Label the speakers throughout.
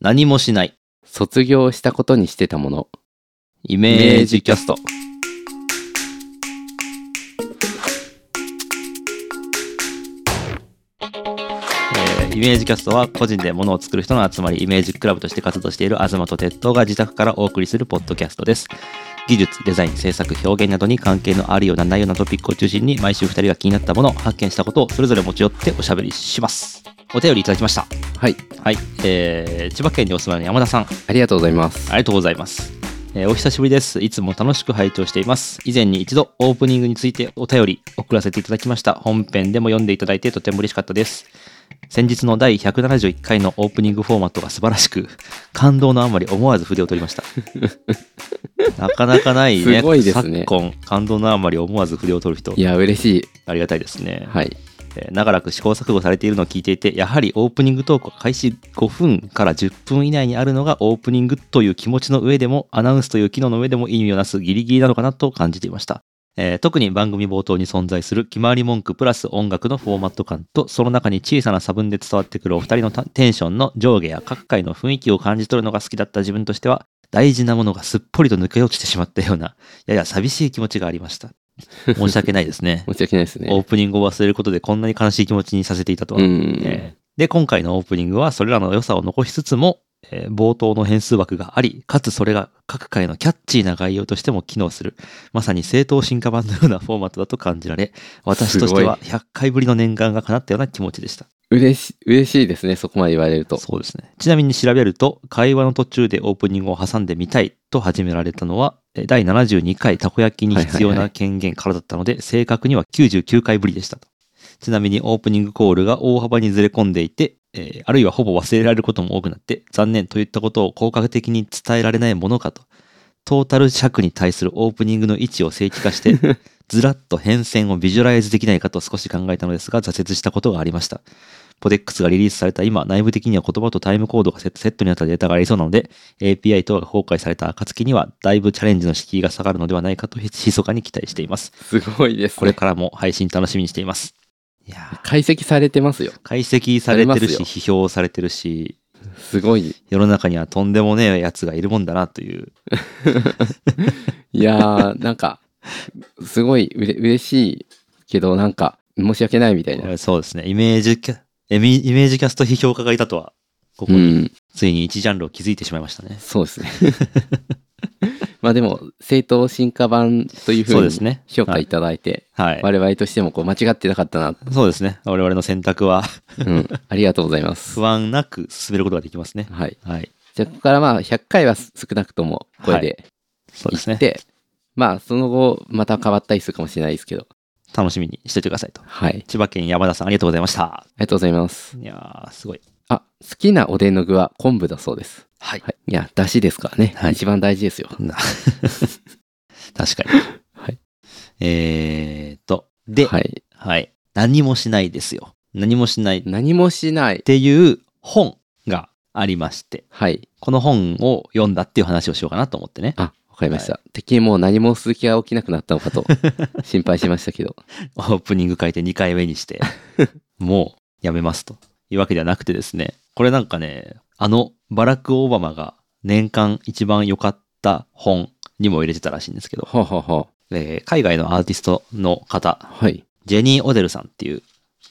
Speaker 1: 何もしない。
Speaker 2: 卒業したことにしてたもの。
Speaker 1: イメージキャスト。えーイメージキャストは個人で物を作る人の集まりイメージクラブとして活動している東と鉄塔が自宅からお送りするポッドキャストです技術デザイン制作表現などに関係のあるようなないようなトピックを中心に毎週2人が気になったもの発見したことをそれぞれ持ち寄っておしゃべりしますお便りいただきました
Speaker 2: はい。
Speaker 1: はい、えー千葉県にお住まいの山田さん
Speaker 2: ありがとうございます。
Speaker 1: ありがとうございます。えーお久しぶりです。いつも楽しく拝聴しています。以前に一度オープニングについてお便り送らせていただきました。本編でも読んでいただいてとても嬉しかったです。先日の第171回のオープニングフォーマットが素晴らしく、感動のあまり思わず筆を取り ました。なかなかないね。
Speaker 2: すごいですね
Speaker 1: 昨今、感動のあまり思わず筆を取る人
Speaker 2: い、や、嬉しい。
Speaker 1: ありがたいですね。
Speaker 2: はい。
Speaker 1: えー長らく試行錯誤されているのを聞いていてやはりオープニングトークは開始5分から10分以内にあるのがオープニングという気持ちの上でもアナウンスという機能の上でも意味をなすギリギリなのかなと感じていました、えー特に番組冒頭に存在する決まり文句プラス音楽のフォーマット感とその中に小さな差分で伝わってくるお二人のたテンションの上下や各界の雰囲気を感じ取るのが好きだった自分としては大事なものがすっぽりと抜け落ちてしまったようなやや寂しい気持ちがありました申し訳ないですね
Speaker 2: 申し訳ないですね。
Speaker 1: オープニングを忘れることでこんなに悲しい気持ちにさせていたとは。
Speaker 2: うん、
Speaker 1: えーで、今回のオープニングはそれらの良さを残しつつも、えー冒頭の変数枠があり、かつそれが各回のキャッチーな概要としても機能する、まさに正当進化版のようなフォーマットだと感じられ、私としては100回ぶりの念願が叶ったような気持ちでした。
Speaker 2: 嬉し、嬉しいですね。そこまで言われると。
Speaker 1: そうですね。ちなみに調べると、会話の途中でオープニングを挟んでみたいと始められたのは、えー第72回たこ焼きに必要
Speaker 2: はいはいは
Speaker 1: な権限からだったので、正確には99回ぶりでしたと。ちなみにオープニングコールが大幅にずれ込んでいて、えーあるいはほぼ忘れられることも多くなって、残念といったことを効果的に伝えられないものかと。トータル尺に対するオープニングの位置を正規化して、 ずらっと変遷をビジュアライズできないかと少し考えたのですが、挫折したことがありました。ポデックスがリリースされた今、内部的には言葉とタイムコードがセセットになったデータがありそうなので、API 等が崩壊された暁には、だいぶチャレンジの敷居が下がるのではないかと、ひ密かに期待しています。
Speaker 2: すごいですね。
Speaker 1: これからも配信楽しみにしています。いやー
Speaker 2: 解析されてますよ。
Speaker 1: 解析されてるし、
Speaker 2: されま
Speaker 1: 批評されてるし、
Speaker 2: すごい。
Speaker 1: 世の中にはとんでもねえやつがいるもんだなという。
Speaker 2: いやー、なんか、すごいうれ嬉しいけど、なんか、申し訳ないみたいな。
Speaker 1: そうですね。イメージキャ、えみイメージキャスト批評家がいたとは、ここ
Speaker 2: う
Speaker 1: に
Speaker 2: ん、
Speaker 1: ついに一ジャンルを築いてしまいましたね。
Speaker 2: そう ですね。まあでも、正当進化版というふ
Speaker 1: そう
Speaker 2: う
Speaker 1: です
Speaker 2: に
Speaker 1: ね
Speaker 2: 評価いただいて、
Speaker 1: はい。
Speaker 2: 我々としてもこう間違ってなかったな、
Speaker 1: そうですね。我々の選択は
Speaker 2: うん、ありがとうございます。
Speaker 1: 不安なく進めることができますね。
Speaker 2: はい。
Speaker 1: はい。
Speaker 2: じゃあ、ここからまあ、100回は少なくとも、これで
Speaker 1: そうで
Speaker 2: いっ
Speaker 1: す
Speaker 2: て、
Speaker 1: ね。
Speaker 2: まあ、その後、また変わったりするかもしれないですけど、
Speaker 1: 楽しみにしておいてくださいと。
Speaker 2: はい。あり
Speaker 1: 千葉県山田さん、ありがとうございました。
Speaker 2: がとうございます。
Speaker 1: いやー、すごい。
Speaker 2: あ、好きなおでんの具は昆布だそうです。
Speaker 1: はい。
Speaker 2: はい。いや、だしですからね。
Speaker 1: はい
Speaker 2: 一番大事ですよ。
Speaker 1: な確 かに。
Speaker 2: はい。
Speaker 1: えーっと、で、はい、
Speaker 2: はい。
Speaker 1: 何もしないですよ。何もしないっ
Speaker 2: 何もしない。
Speaker 1: ていう本がありまして、
Speaker 2: はい。
Speaker 1: この本を読んだっていう話をしようかなと思ってね。
Speaker 2: あ、わかりました。敵にもう何も続きが起きなくなったのか と心配しましたけど。
Speaker 1: オープニング書いて2回目に して、もうやめますというわけではなくてですね、これなんかね、あのバラク・オバマが年間一番良かった本にも入れてたらしいんですけど、
Speaker 2: ほうほうほ
Speaker 1: えー海外のアーティストの
Speaker 2: う。
Speaker 1: 方、
Speaker 2: はい。
Speaker 1: ジェニー・オデルさんっていう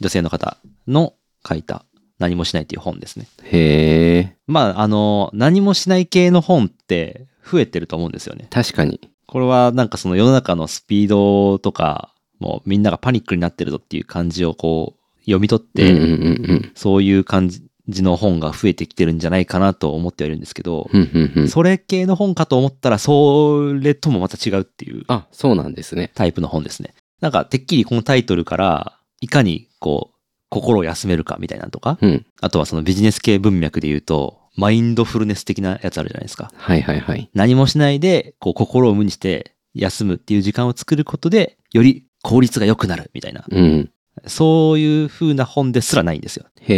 Speaker 1: 女性の方の書いた何もしないっていう本ですね。
Speaker 2: へえ。
Speaker 1: まあ、あの、何もしない系の本って増えてると思うんですよね。
Speaker 2: 確かに。
Speaker 1: これはなんかその世の中のスピードとか、もうみんながパニックになってるぞっていう感じをこう読み取って、
Speaker 2: うんうんうんうん。
Speaker 1: そういう感じの本が増えてきてるんじゃないかなと思ってはいるんですけど、
Speaker 2: うんうんうん。
Speaker 1: それ系の本かと思ったら、それともまた違うっていう
Speaker 2: あ、そうなんですね。
Speaker 1: タイプの本ですね。なんかてっきりこのタイトルから、いかにこう、心を休めるかみたいなのとか、
Speaker 2: うん。
Speaker 1: あとはそのビジネス系文脈で言うと、マインドフルネス的なやつあるじゃないですか。
Speaker 2: はいはいはい。
Speaker 1: 何もしないで、こう、心を無にして休むっていう時間を作ることで、より効率が良くなるみたいな、
Speaker 2: うん。
Speaker 1: そういう風な本ですらないんですよ。
Speaker 2: へ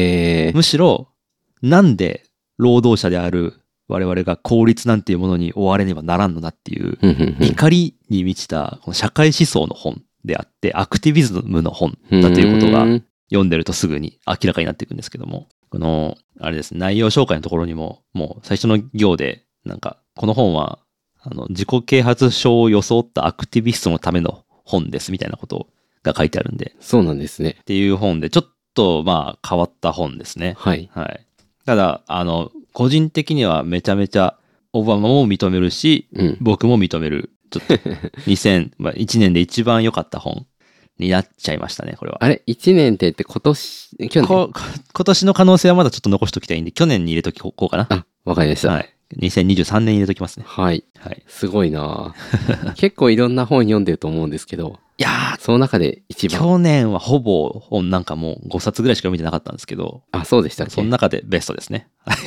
Speaker 2: え。
Speaker 1: むしろ、なんで労働者である我々が効率なんていうものに追われねばならんのだっていう、
Speaker 2: うんうんうん
Speaker 1: 怒りに満ちたこの社会思想の本であって、アクティビズムの本だということが
Speaker 2: うーん
Speaker 1: 読んでるとすぐに明らかになっていくんですけども、この、あれですね、内容紹介のところにも、もう最初の行で、なんか、この本は、あの、自己啓発症を装ったアクティビストのための本です、みたいなことが書いてあるんで、
Speaker 2: そうなんですね
Speaker 1: っ。ていう本で、ちょっと、まあ、変わった本ですね。
Speaker 2: はい。
Speaker 1: はい。ただ、あの、個人的にはめちゃめちゃ、オバマも認めるし、
Speaker 2: うん。
Speaker 1: 僕も認める。ちょ っと、2001年で一番良かった本になっちゃいましたね、これは。
Speaker 2: あれ、1年ってって今年、去年
Speaker 1: ここ今年の可能性はまだちょっと残しときたいんで、去年に入れときこうかな。
Speaker 2: あ、わかりました。はい。
Speaker 1: はい。2023年に入れときますね。はい。
Speaker 2: すごいな あ結構いろんな本読んでると思うんですけど、
Speaker 1: いや
Speaker 2: その中で一
Speaker 1: ー、
Speaker 2: 番。
Speaker 1: 去年はほぼ本なんかもう5冊ぐらいしか読めてなかったんですけど、
Speaker 2: あ、そうでしたっけ
Speaker 1: その中でベストですね。はい。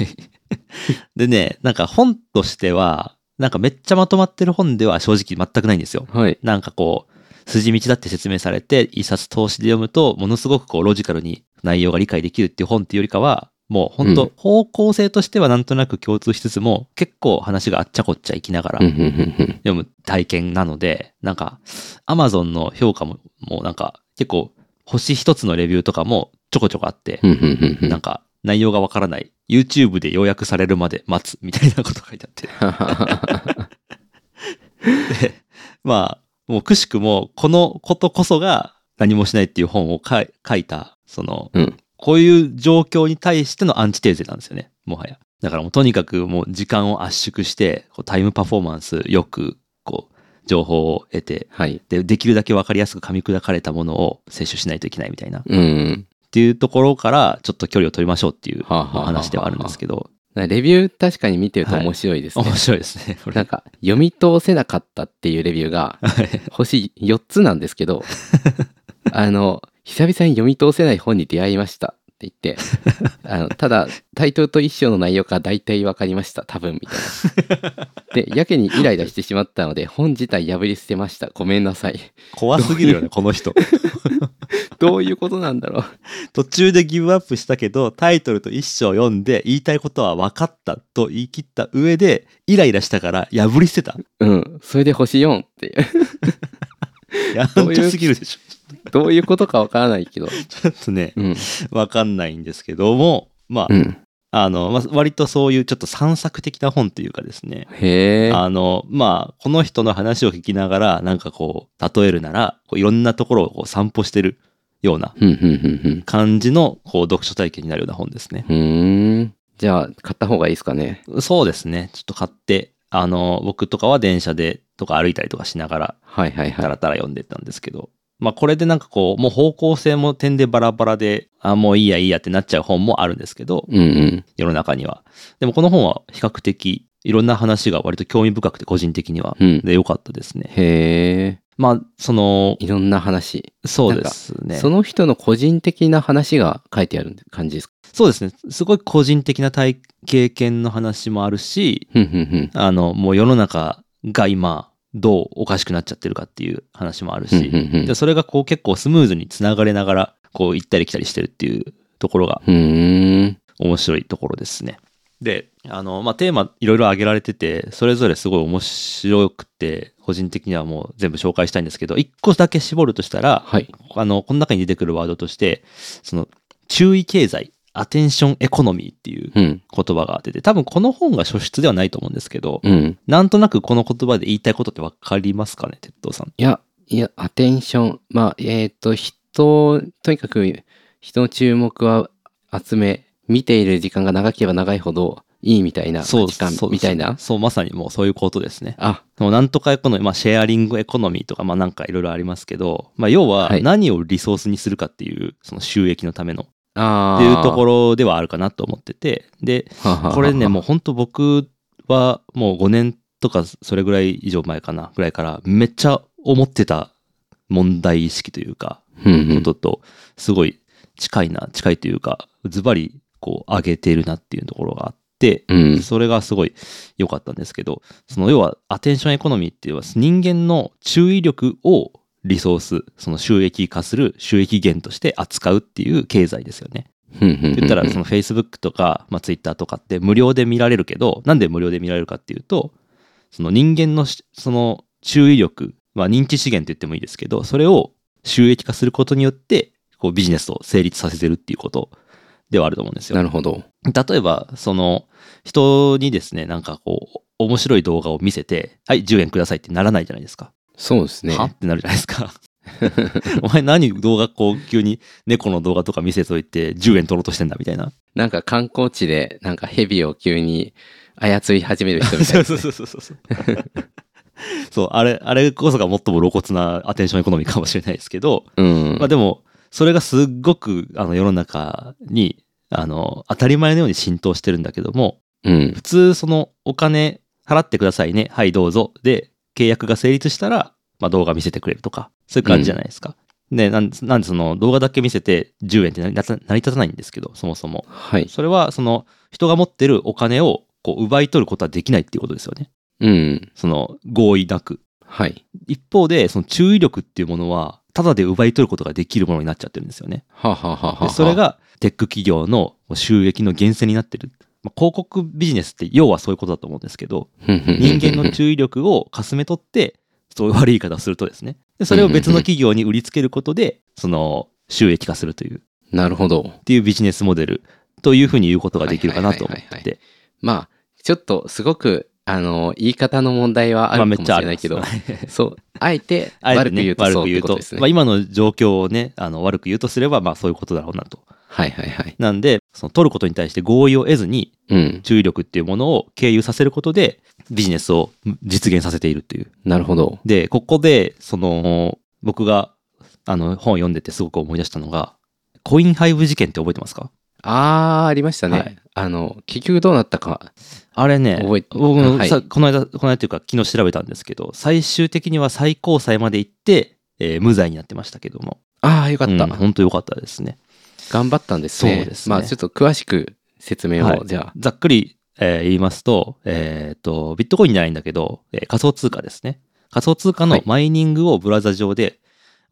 Speaker 1: でね、なんか本としては、なんかめっちゃまとまってる本では正直全くないんですよ。
Speaker 2: はい。
Speaker 1: なんかこう、筋道だって説明されて、一冊通しで読むと、ものすごくこう、ロジカルに内容が理解できるっていう本っていうよりかは、もう本
Speaker 2: う
Speaker 1: 当
Speaker 2: ん
Speaker 1: 方向性としてはなんとなく共通しつつも、結構話があっちゃこっちゃいきながら
Speaker 2: うん、うん、うん、うん。
Speaker 1: 読む体験なので、なんか、アマゾンの評価も、もうなんか、結構、星一つのレビューとかもちょこちょこあって
Speaker 2: う、んうんうんうん
Speaker 1: なんか、内容がわからない、YouTube で要約されるまで待つ、みたいなこと書いてあって。で、まあ、もうくしくも、このことこそが何もしないっていう本をかい書いた、その、
Speaker 2: うん
Speaker 1: こういう状況に対してのアンチテーゼなんですよね、もはや。だからもうとにかくもう時間を圧縮して、こうタイムパフォーマンスよく、こう、情報を得て、
Speaker 2: はい。
Speaker 1: で、できるだけわかりやすく噛み砕かれたものを摂取しないといけないみたいな。っ
Speaker 2: うん。
Speaker 1: ていうところから、ちょっと距離を取りましょうっていう
Speaker 2: はあはあはあはあ
Speaker 1: 話ではあるんですけど、
Speaker 2: なレビュー確かに見てると
Speaker 1: はい
Speaker 2: 面白いですね。
Speaker 1: 面白いですね。これ
Speaker 2: なんか、読み通せなかったっていうレビューが、星4つなんですけ ど、あの、久々に読み通せない本に出会いましたって 言って、あのただ、タイトルと一章の内容が大体わかりました、多分、みた いな。で、やけにイライラしてしまったので、本自体破り捨てました。ごめんなさい。
Speaker 1: 怖すぎるよね、この人。
Speaker 2: どういうことなんだろう。
Speaker 1: 途中でギブアップしたけどタイトルと一章読んで言いたいことは分かったと言い切った上でイライラしたから破り捨て た
Speaker 2: うん。それで星4っていう、
Speaker 1: や
Speaker 2: どうんいう
Speaker 1: ちゃすぎるで しょ
Speaker 2: どういうことかわからないけど。
Speaker 1: ちょっとね
Speaker 2: うん。
Speaker 1: 分かんないんですけどもまあ、
Speaker 2: うん。
Speaker 1: あの、まあ、割とそういうちょっと散策的な本というかですね
Speaker 2: へえ。
Speaker 1: あのまあこの人の話を聞きながらなんかこう例えるならこういろんなところをこう散歩してるような
Speaker 2: うん、うん、うん、
Speaker 1: 感じのこう読書体験になるような本ですね
Speaker 2: うん。うーん。じゃあ、買った方がいいですかね。
Speaker 1: そうですね。ちょっと買って、あの、僕とかは電車でとか歩いたりとかしながら、
Speaker 2: はいはい
Speaker 1: た
Speaker 2: は
Speaker 1: らたら読んでたんですけど、まあこれでなんかこう、もう方向性も点でバラバラで、あ、もういいやいいやってなっちゃう本もあるんですけど、
Speaker 2: い。うんうん。
Speaker 1: 世の中には。でもこの本は比較的、いろんな話が割と興味深くて、個人的には。
Speaker 2: うん。
Speaker 1: で、良かったですね。
Speaker 2: へえ。
Speaker 1: まあ、その、
Speaker 2: いろんな話。
Speaker 1: そうですね。
Speaker 2: その人の個人的な話が書いてある感じですか。
Speaker 1: そうですね。すごい個人的な体経験の話もあるし、
Speaker 2: ふんふんふん。
Speaker 1: あの、もう世の中が今、どうおかしくなっちゃってるかっていう話もある
Speaker 2: ふん
Speaker 1: し、
Speaker 2: ふんふ
Speaker 1: で
Speaker 2: ん
Speaker 1: それがこう結構スムーズにつながれながら、こう行ったり来たりしてるっていうところが
Speaker 2: ふーん。
Speaker 1: 面白いところですね。で、あの、まあ、テーマいろいろ挙げられてて、それぞれすごい面白くて、個人的にはもう全部紹介したいんですけど、一個だけ絞るとしたら、
Speaker 2: はい。
Speaker 1: あの、この中に出てくるワードとして、その、注意経済、アテンションエコノミーっていう
Speaker 2: うん。
Speaker 1: 言葉があってて、多分この本が初出ではないと思うんですけど、
Speaker 2: うん。
Speaker 1: なんとなくこの言葉で言いたいことってわかりますかね、鉄道さん。
Speaker 2: いや、いや、アテンション。まあ、えっ、と、人、とにかく、人の注目は集め、見ている時間が長ければ長いほどいいみたいな価値観みたいな。
Speaker 1: そう、まさにもうそういうことですね。
Speaker 2: あ、
Speaker 1: もうなんとかエコノミー、まあシェアリングエコノミーとか、まあなんかいろいろありますけど、まあ要は
Speaker 2: はい
Speaker 1: 何をリソースにするかっていう、その収益のためのっ
Speaker 2: あ
Speaker 1: ていうとこ
Speaker 2: ろ。
Speaker 1: ろではあるかなと思ってて、で、
Speaker 2: ははは
Speaker 1: これね、もう本当僕はもう5年とかそれぐらい以上前かな、ぐらいからめっちゃ思ってた問題意識というか、
Speaker 2: うんうん、
Speaker 1: こととすごい近いな近いというかズバリこう上げているなっていうところがあって
Speaker 2: うん。
Speaker 1: それがすごい良かったんですけどその要はアテンションエコノミーっていうのは人間の注意力をリソースその収益化する収益源として扱うっていう経済ですよね。
Speaker 2: うんうんうんうん
Speaker 1: って言ったらその Facebook とか、まあ、Twitter とかって無料で見られるけどなんで無料で見られるかっていうとその人間のしその注意力、まあ、認知資源と言ってもいいですけどそれを収益化することによってこうビジネスを成立させてるっていうことではあると思うんですよ
Speaker 2: な。るほど。
Speaker 1: 例えば、その、人にですね、なんかこう、面白い動画を見せて、はい、10円くださいってならないじゃないですか。
Speaker 2: そうですね
Speaker 1: は。ってなるじゃないですか。 お前何動画こう急に猫の動画とか見せといて10円取ろうとしてんだみたいな。
Speaker 2: なんか観光地で、なんか蛇を急に操り始める人みた い
Speaker 1: そ
Speaker 2: な
Speaker 1: う。そうそうそうそう。そう、あれ、あれこそが最も露骨なアテンションエコノミーかもしれないですけど、
Speaker 2: うん
Speaker 1: まあ。でも、それがすっごくあの世の中に、あの、当たり前のように浸透してるんだけども、
Speaker 2: うん。
Speaker 1: 普通そのお金払ってくださいねはいどうぞで契約が成立したら、まあ、動画見せてくれるとかそういう感じじゃないですか、ねなんなんでその動画だけ見せて10円って成り立た成り立たないんですけどそもそも
Speaker 2: はい。
Speaker 1: それはその人が持ってるお金をこう奪い取ることはできないっていうことですよね
Speaker 2: うん。
Speaker 1: その合意なく
Speaker 2: はい。
Speaker 1: 一方でその注意力っていうものはただで奪い取ることができるものになっちゃってるんですよね
Speaker 2: はあはあはあはあ
Speaker 1: でそれ、がテック企業の収益の源泉になってる、まあ、広告ビジネスって要はそういうことだと思うんですけど人
Speaker 2: 人
Speaker 1: 間の注意力をかすめ取って、そういう悪い言い方をするとですね。でそれを別の企業に売りつけることで、その収益化するという、っ
Speaker 2: なるほど。
Speaker 1: ていうビジネスモデルというふうに言うことができるかなと思
Speaker 2: はいは
Speaker 1: っ
Speaker 2: いはい
Speaker 1: て。
Speaker 2: まあ、ちょっとすごく、あの、言い方の問題はあ
Speaker 1: まあ
Speaker 2: る
Speaker 1: め
Speaker 2: か
Speaker 1: っち
Speaker 2: もし
Speaker 1: ゃあ
Speaker 2: れ
Speaker 1: り
Speaker 2: な
Speaker 1: ま
Speaker 2: いけ
Speaker 1: す
Speaker 2: ど、
Speaker 1: はい
Speaker 2: そう、あえて
Speaker 1: あ
Speaker 2: 悪
Speaker 1: えて
Speaker 2: く
Speaker 1: ね
Speaker 2: 言うとそうってことですね。
Speaker 1: まあ今の状況をね、あの悪く言うとすれば、まあそういうことだろうなと。
Speaker 2: はいはいはい。
Speaker 1: なんで、その取ることに対して合意を得ずに、
Speaker 2: うん。
Speaker 1: 注意力っていうものを経由させることで、ビジネスを実現させているという。
Speaker 2: なるほど。
Speaker 1: で、ここで、その、僕が、あの、本を読んでてすごく思い出したのが、コインハイブ事件って覚えてますか
Speaker 2: あー、ありましたね。
Speaker 1: はい
Speaker 2: あの、結局どうなったか。
Speaker 1: あれね、
Speaker 2: 覚えて
Speaker 1: 僕もさ、
Speaker 2: はい
Speaker 1: この間、この間というか昨日調べたんですけど、最終的には最高裁まで行って、えー無罪になってましたけども。
Speaker 2: あー、よかった。
Speaker 1: うん本当良かったですね。
Speaker 2: 頑張ったんですね。
Speaker 1: そうですね
Speaker 2: まあ、ちょっと詳しく説明を、
Speaker 1: はい
Speaker 2: じゃあ。
Speaker 1: ざっくり、えー言いますと、えっ、と、ビットコインじゃないんだけど、えー仮想通貨ですね。仮想通貨
Speaker 2: は
Speaker 1: の
Speaker 2: い
Speaker 1: マイニングをブラウザ上で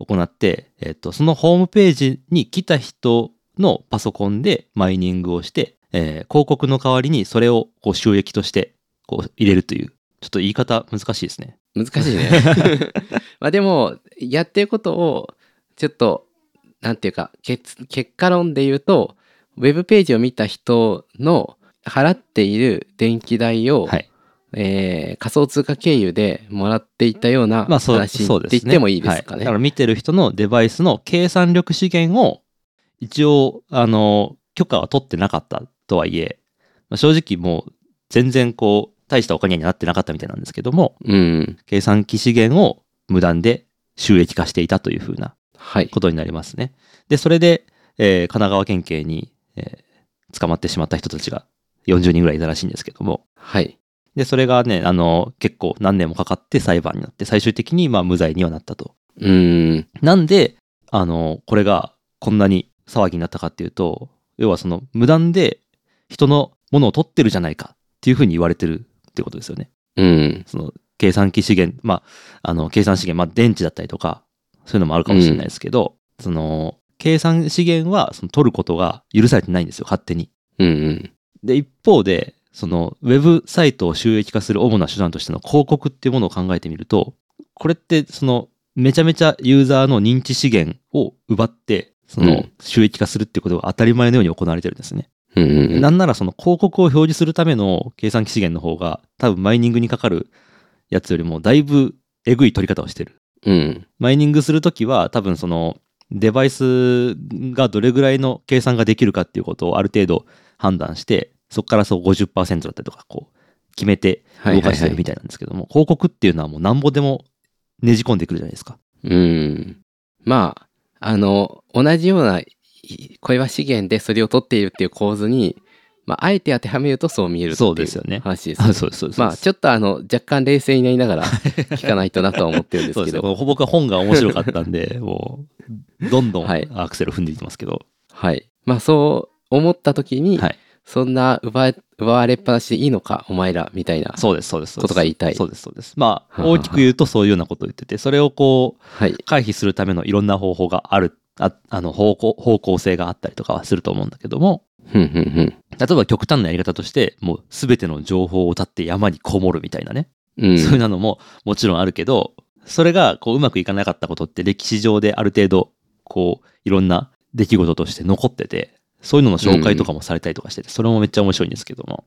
Speaker 1: 行って、えっ、と、そのホームページに来た人のパソコンでマイニングをして、えー広告の代わりにそれをこう収益としてこう入れるという、ちょっと言い方難しいですね。
Speaker 2: 難 しいね。まあでも、やってることを、ちょっと、なんていうか、結結果論で言うと、ウェブページを見た人の払っている電気代を、
Speaker 1: はい。
Speaker 2: えー仮想通貨経由でもらっていたような
Speaker 1: まあそう
Speaker 2: 話って
Speaker 1: そうです
Speaker 2: 言
Speaker 1: ね。
Speaker 2: ってもいいですか
Speaker 1: は
Speaker 2: ね。
Speaker 1: だから見てる人のデバイスの計算力資源を一応、あの、許可は取ってなかったとはいえ、まあ正直もう全然こう、大したお金にはなってなかったみたいなんですけども、
Speaker 2: うん。
Speaker 1: 計算機資源を無断で収益化していたというふうな
Speaker 2: はい。
Speaker 1: ことになりますね。で、それで、えー神奈川県警に、えー捕まってしまった人たちが40人ぐらいいたらしいんですけども、
Speaker 2: はい。
Speaker 1: で、それがね、あの、結構何年もかかって裁判になって、最終的にまあ無罪にはなったと。
Speaker 2: うん。
Speaker 1: なんで、あの、これがこんなに騒ぎになったかっていうと、要はその無断で人のものを取ってるじゃないかっていうふうに言われてるってことですよね。
Speaker 2: うん。
Speaker 1: その計算機資源、まあ、あの、計算資源、まあ、電池だったりとか、そういうのもあるかもしれないですけど、その、計算資源はその取ることが許されてないんですよ、勝手に。
Speaker 2: うんうん。
Speaker 1: で、一方で、その、ウェブサイトを収益化する主な手段としての広告っていうものを考えてみると、これって、その、めちゃめちゃユーザーの認知資源を奪って、そうの
Speaker 2: ん、
Speaker 1: 収益化するってことが当たり前のように行われてるんですね。
Speaker 2: うんうん
Speaker 1: なんならその広告を表示するための計算機資源の方が、多分マイニングにかかるやつよりも、だいぶえぐい取り方をしてる。
Speaker 2: うん。
Speaker 1: マイニングするときは多分そのデバイスがどれぐらいの計算ができるかっていうことをある程度判断してそこからそう50%だったりとかこう決めて
Speaker 2: はい
Speaker 1: 動
Speaker 2: は
Speaker 1: か
Speaker 2: い
Speaker 1: し
Speaker 2: は
Speaker 1: てる
Speaker 2: い。
Speaker 1: みたいなんですけども、広告っていうのはもうなんぼでもねじ込んでくるじゃないですか。
Speaker 2: うん。まあ、あの、同じような、いこれは資源でそれを取っているっていう構図に、まあ、あえて当てはめるとそう見えるってい
Speaker 1: そうですよね
Speaker 2: 話です。
Speaker 1: あそうですそうです。
Speaker 2: まあ、ちょっとあの、若干冷静になりながら聞かないとなとは思ってるんで
Speaker 1: そ
Speaker 2: す
Speaker 1: うで
Speaker 2: け
Speaker 1: すね。
Speaker 2: ど。
Speaker 1: この僕は本が面白かったんで、 もうどんどん
Speaker 2: はい
Speaker 1: アクセル踏んでいってますけど、
Speaker 2: はい。まあ、そう思った時に、
Speaker 1: はい
Speaker 2: そんな奪え奪われっぱなしでいいのか、お前ら、みたいな。
Speaker 1: そうですそうですそうです。
Speaker 2: ことが言いたい
Speaker 1: そうですそうです。まあ
Speaker 2: はあはあ
Speaker 1: 大きく言うとそういうようなことを言ってて、それをこう
Speaker 2: はい。
Speaker 1: 回避するためのいろんな方法がある、ああの方向、方向性があったりとかはすると思うんだけども、
Speaker 2: ふんふんふん
Speaker 1: 例えば極端なやり方として、もう全ての情報を立って山にこもるみたいなね、
Speaker 2: う。
Speaker 1: そういうんなのももちろんあるけど、それがこううまくいかなかったことって歴史上である程度、こう、いろんな出来事として残ってて、そういうのの紹介とかもされたりとかしてて、それもめっちゃ面白いんですけども。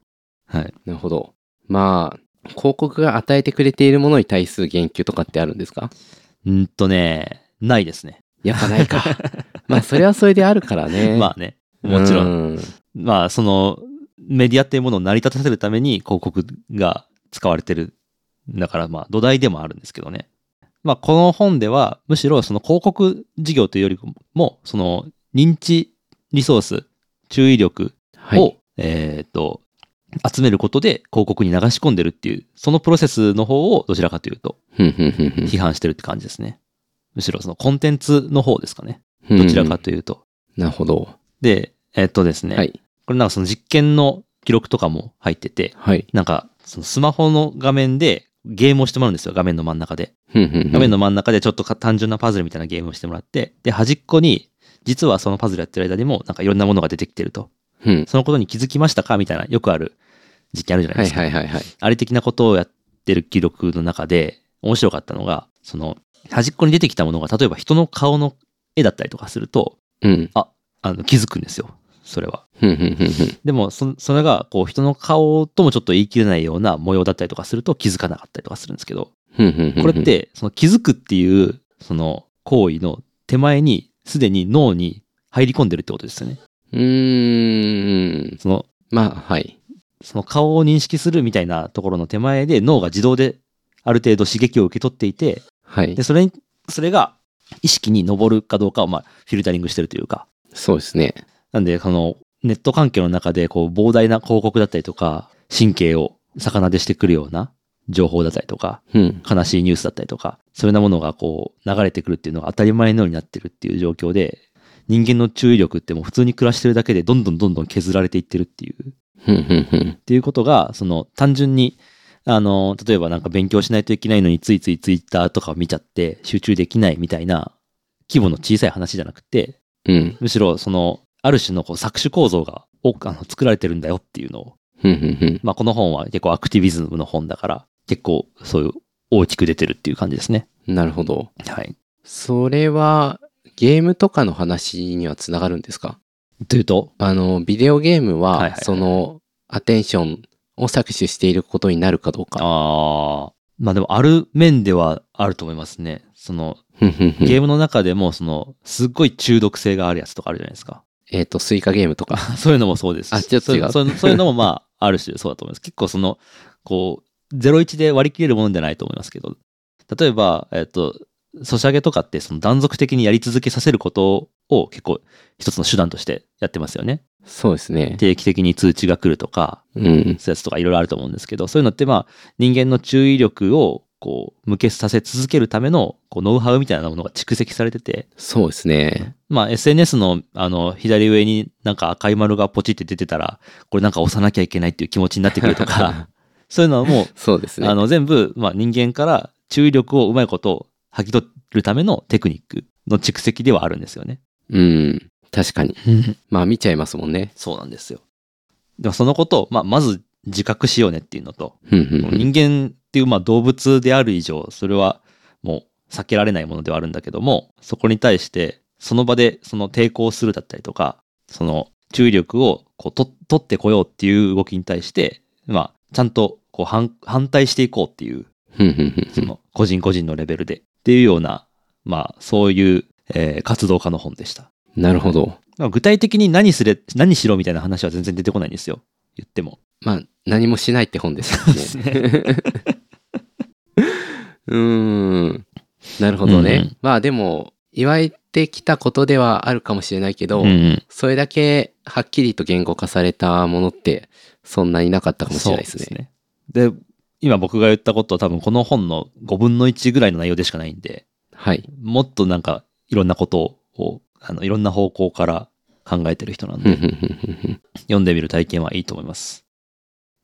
Speaker 1: はい。
Speaker 2: なるほど。まあ、広告が与えてくれているものに対する言及とかってあるんですか
Speaker 1: うんとね、ないですね。
Speaker 2: やっぱないか。 まあ、それはそれであるから ね。
Speaker 1: まあね、もちろん。
Speaker 2: ん。
Speaker 1: まあ、その、メディアっていうものを成り立たせるために広告が使われてる。だから、まあ、土台でもあるんですけどね。まあ、この本では、むしろその広告事業というよりも、その、認知リソース、注意力
Speaker 2: はい。
Speaker 1: を、えっ、と、集めることで広告に流し込んでるっていう、そのプロセスの方をどちらかというと
Speaker 2: ふんふんふんふん
Speaker 1: 批判してるって感じですね。むしろそのコンテンツの方ですかね。
Speaker 2: うん
Speaker 1: どちらかというと。
Speaker 2: なるほど。
Speaker 1: で、えっ、とですね、
Speaker 2: はい。
Speaker 1: これなんかその実験の記録とかも入ってて、
Speaker 2: はい。
Speaker 1: なんかそのスマホの画面でゲームをしてもらうんですよ、画面の真ん中で。
Speaker 2: ふんふんふん
Speaker 1: 画面の真ん中でちょっとか単純なパズルみたいなゲームをしてもらって、で、端っこに、実はそのパズルやってる間にも、なんかいろんなものが出てきてると。
Speaker 2: うん
Speaker 1: そのことに気づきましたかみたいな、よくある実験あるじゃない
Speaker 2: は
Speaker 1: で
Speaker 2: い
Speaker 1: すか。
Speaker 2: はいはいはい。
Speaker 1: あれ的なことをやってる記録の中で、面白かったのが、その、端っこに出てきたものが、例えば人の顔の絵だったりとかすると、
Speaker 2: うん。
Speaker 1: あの気づくんですよ。それは。
Speaker 2: ふんふんふんふん
Speaker 1: でも、そそれが、こう、人の顔ともちょっと言い切れないような模様だったりとかすると気づかなかったりとかするんですけど、
Speaker 2: ふんふんふんふん。
Speaker 1: これって、その気づくっていう、その行為の手前に、すでに脳に入り込んでるってことですよね。
Speaker 2: うーん。
Speaker 1: その、
Speaker 2: まあ、はい。
Speaker 1: その顔を認識するみたいなところの手前で脳が自動である程度刺激を受け取っていて、
Speaker 2: はい
Speaker 1: で、。それに、それが意識に上るかどうかを、まあ、フィルタリングしてるというか。
Speaker 2: そうですね。
Speaker 1: なんで、その、ネット環境の中で、こう、膨大な広告だったりとか、神経を逆なでしてくるような情報だったりとか、
Speaker 2: うん。
Speaker 1: 悲しいニュースだったりとか、そういうようなものがこう、流れてくるっていうのが当たり前のようになってるっていう状況で、人間の注意力ってもう普通に暮らしてるだけで、どんどんどんどん削られていってるっていう
Speaker 2: ふんふんふん。
Speaker 1: っていうことが、その単純に、あの、例えばなんか勉強しないといけないのについついツイッターとかを見ちゃって集中できないみたいな規模の小さい話じゃなくて、
Speaker 2: うん。
Speaker 1: むしろその、ある種のこう搾取構造が多くあの作られてるんだよっていうのを、
Speaker 2: ふんふんふん。
Speaker 1: まあこの本は結構アクティビズムの本だから、結構そういう大きく出てるっていう感じですね。
Speaker 2: なるほど。
Speaker 1: はい。
Speaker 2: それは、ゲームとかの話にはつながるんですか
Speaker 1: というと、
Speaker 2: あの、ビデオゲーム
Speaker 1: はいはい
Speaker 2: は、
Speaker 1: はい
Speaker 2: その、アテンションを搾取していることになるかどうか。
Speaker 1: ああ、まあでもある面ではあると思いますね。その、
Speaker 2: ふんふんふん
Speaker 1: ゲームの中でもその、すっごい中毒性があるやつとかあるじゃないですか。
Speaker 2: えっと、スイカゲームとか。
Speaker 1: そういうのもそうですし。
Speaker 2: あちょっと違う
Speaker 1: そういうそうそういうのもまあ、 ある種そうだと思います。結構その、こう、01で割り切れるものじゃないと思いますけど、例えば、えっと、ソシャゲとかってその断続的にやり続けさせることを結構一つの手段としてやってますよね。
Speaker 2: そうですね。
Speaker 1: 定期的に通知が来るとか、
Speaker 2: うん。
Speaker 1: そういうやつとかいろいろあると思うんですけど、そういうのってまあ、人間の注意力をこう、無欠させ続けるための、こう、ノウハウみたいなものが蓄積されてて、
Speaker 2: そうですね。
Speaker 1: まあ、SNS の、あの、左上になんか赤い丸がポチって出てたら、これなんか押さなきゃいけないっていう気持ちになってくるとか、 そういうのはも
Speaker 2: そうです
Speaker 1: う、
Speaker 2: ね。
Speaker 1: あの、全部、まあ、人間から注意力をうまいこと剥ぎ取るためのテクニックの蓄積ではあるんですよね。
Speaker 2: うん。確かに。まあ、見ちゃいますもんね。
Speaker 1: そうなんですよ。でもそのことを、まあ、まず自覚しようねっていうのと、
Speaker 2: ふんふんふん
Speaker 1: 人間っていう、まあ、動物である以上、それはもう避けられないものではあるんだけども、そこに対して、その場でその抵抗するだったりとか、その注意力をこうと取ってこようっていう動きに対して、まあ、ちゃんとこう反反対していこうっていう、
Speaker 2: ふんふんふんふ
Speaker 1: そ
Speaker 2: ん
Speaker 1: の個人個人のレベルでっていうような、まあ、そういう、えー活動家の本でした。
Speaker 2: なるほど。
Speaker 1: まあ具体的に何すれ、何しろみたいな話は全然出てこないんですよ。言っても。
Speaker 2: まあ、何もしないって本です
Speaker 1: そうですね。
Speaker 2: うーん。なるほどね。
Speaker 1: うんうん
Speaker 2: まあ、でも、言われてきたことではあるかもしれないけど、
Speaker 1: ん、
Speaker 2: それだけはっきりと言語化されたものって、そんなになかったかもしれないですね。
Speaker 1: そうですね。で、今僕が言ったことは多分この本の5分の1ぐらいの内容でしかないんで、
Speaker 2: はい。
Speaker 1: もっとなんかいろんなことを、あのいろんな方向から考えてる人なん
Speaker 2: ふ
Speaker 1: で、
Speaker 2: んふんふんふんふん
Speaker 1: 読んでみる体験はいいと思います。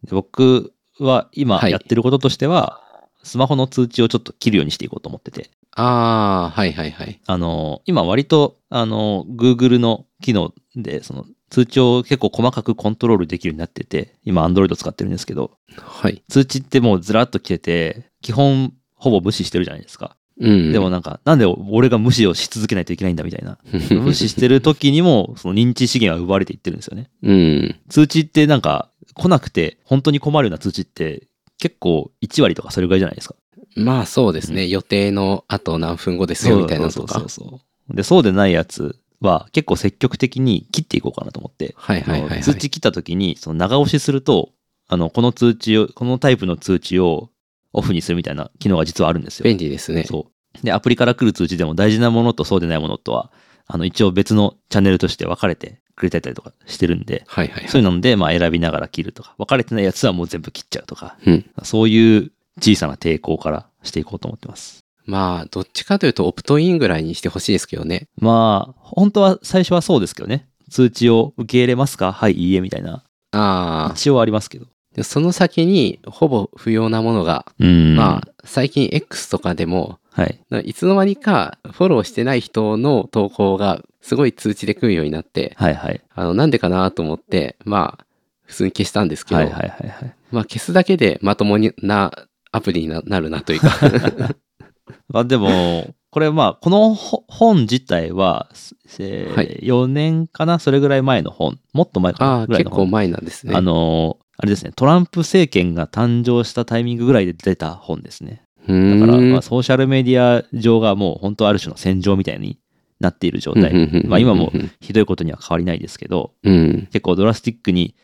Speaker 1: で僕は今
Speaker 2: はい
Speaker 1: やってることとしては、スマホの通知をちょっと切るようにしていこうと思ってて、
Speaker 2: ああ、はいはいはい。
Speaker 1: あの、今割と、あの、Google の機能で、その通知を結構細かくコントロールできるようになってて、今 Android を使ってるんですけど、
Speaker 2: はい。
Speaker 1: 通知ってもうずらっと来てて、基本ほぼ無視してるじゃないですか。
Speaker 2: うん。
Speaker 1: でもなんか、なんで俺が無視をし続けないといけないんだみたいな。無視してる時にも、その認知資源は奪われていってるんですよね。
Speaker 2: うん。
Speaker 1: 通知ってなんか、来なくて、本当に困るような通知って、結構1割とかそれぐらいじゃないですか。
Speaker 2: まあそうですね、予定のあと何分後ですよみたいなの
Speaker 1: そ
Speaker 2: と
Speaker 1: うそうそ
Speaker 2: か
Speaker 1: う。そう。で、そうでないやつは結構積極的に切っていこうかなと思って、
Speaker 2: はいはいはい、はい。
Speaker 1: 通知切った時に、その長押しすると、あの、この通知を、このタイプの通知をオフにするみたいな機能が実はあるんですよ。
Speaker 2: 便利ですね。
Speaker 1: そう。で、アプリから来る通知でも大事なものとそうでないものとは、あの、一応別のチャンネルとして分かれてくれてたりとかしてるんで、
Speaker 2: はいはいは
Speaker 1: そ
Speaker 2: い。
Speaker 1: ういうので、まあ選びながら切るとか、分かれてないやつはもう全部切っちゃうとか、
Speaker 2: うん
Speaker 1: そういう小さな抵抗からしていこうと思ってます。
Speaker 2: まあ、どっちかというとオプトインぐらいにしてほしいですけどね。
Speaker 1: まあ、本当は最初はそうですけどね。通知を受け入れますかはい、いいえ、みたいな。
Speaker 2: ああ。
Speaker 1: 一応ありますけど。
Speaker 2: でその先に、ほぼ不要なものが、
Speaker 1: うん
Speaker 2: まあ、最近 X とかでも、
Speaker 1: あ、はい。
Speaker 2: いつの間にかフォローしてない人の投稿がすごい通知で来るようになって、
Speaker 1: はいはい。
Speaker 2: あの、なんでかなと思って、まあ、普通に消したんですけど、
Speaker 1: はいはいはいはい。
Speaker 2: まあ消すだけでまともになアプリにななるなというか。
Speaker 1: まあで も、これまあ、このほ本自体は、え
Speaker 2: は
Speaker 1: 4年かなそれぐらい前の本。もっと前か
Speaker 2: あ
Speaker 1: な
Speaker 2: あ、
Speaker 1: ぐらい
Speaker 2: 結
Speaker 1: の
Speaker 2: 構
Speaker 1: 本。
Speaker 2: 前なんですね。
Speaker 1: あのー、あれですね、トランプ政権が誕生したタイミングぐらいで出た本ですね。
Speaker 2: う
Speaker 1: だ
Speaker 2: ーん、
Speaker 1: から、まあ、
Speaker 2: そ
Speaker 1: ソーシャルメディア上がもう本当ある種の戦場みたいになっている状態。まあ今もひどいことには変わりないですけど、
Speaker 2: うん。
Speaker 1: 結構ドラスティックに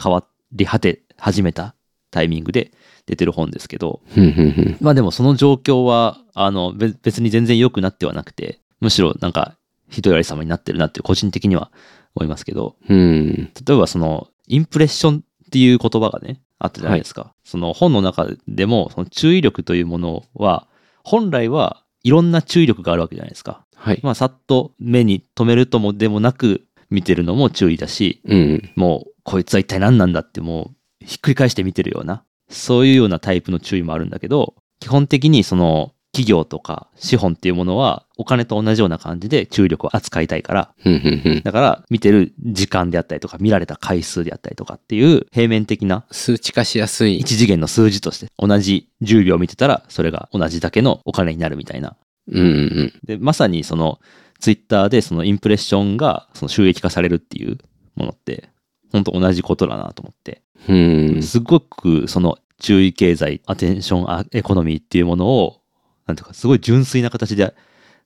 Speaker 1: 変わり果て始めたタイミングで出てる本ですけど、
Speaker 2: うんうんうん
Speaker 1: まあでもその状況は、あの、べ別に全然良くなってはなくて、むしろなんか、ひどいありさまになってるなっていう個人的には思いますけど、
Speaker 2: うん。
Speaker 1: 例えばその、インプレッションっていう言葉がね、あったじゃないですか。その本の中でも、その注意力というものは、本来はいろんな注意力があるわけじゃないですか。
Speaker 2: はい。
Speaker 1: まあ、さっと目に留めるともでもなく、見てるのも注意だし、
Speaker 2: うん。
Speaker 1: もうこいつは一体何なんだってもうひっくり返して見てるようなそういうようなタイプの注意もあるんだけど基本的にその企業とか資本っていうものはお金と同じような感じで注意力を扱いたいから
Speaker 2: うんうんうん
Speaker 1: だから見てる時間であったりとか見られた回数であったりとかっていう平面的な
Speaker 2: 数値化しやすい。
Speaker 1: 一次元の数字として同じ10秒見てたらそれが同じだけのお金になるみたいな
Speaker 2: うんうん
Speaker 1: でまさにそのツイッターでそのインプレッションがその収益化されるっていうものって本当同じことだなと思って
Speaker 2: うん。うん。
Speaker 1: すごくその注意経済、アテンションあエコノミーっていうものを、なんていうか、すごい純粋な形で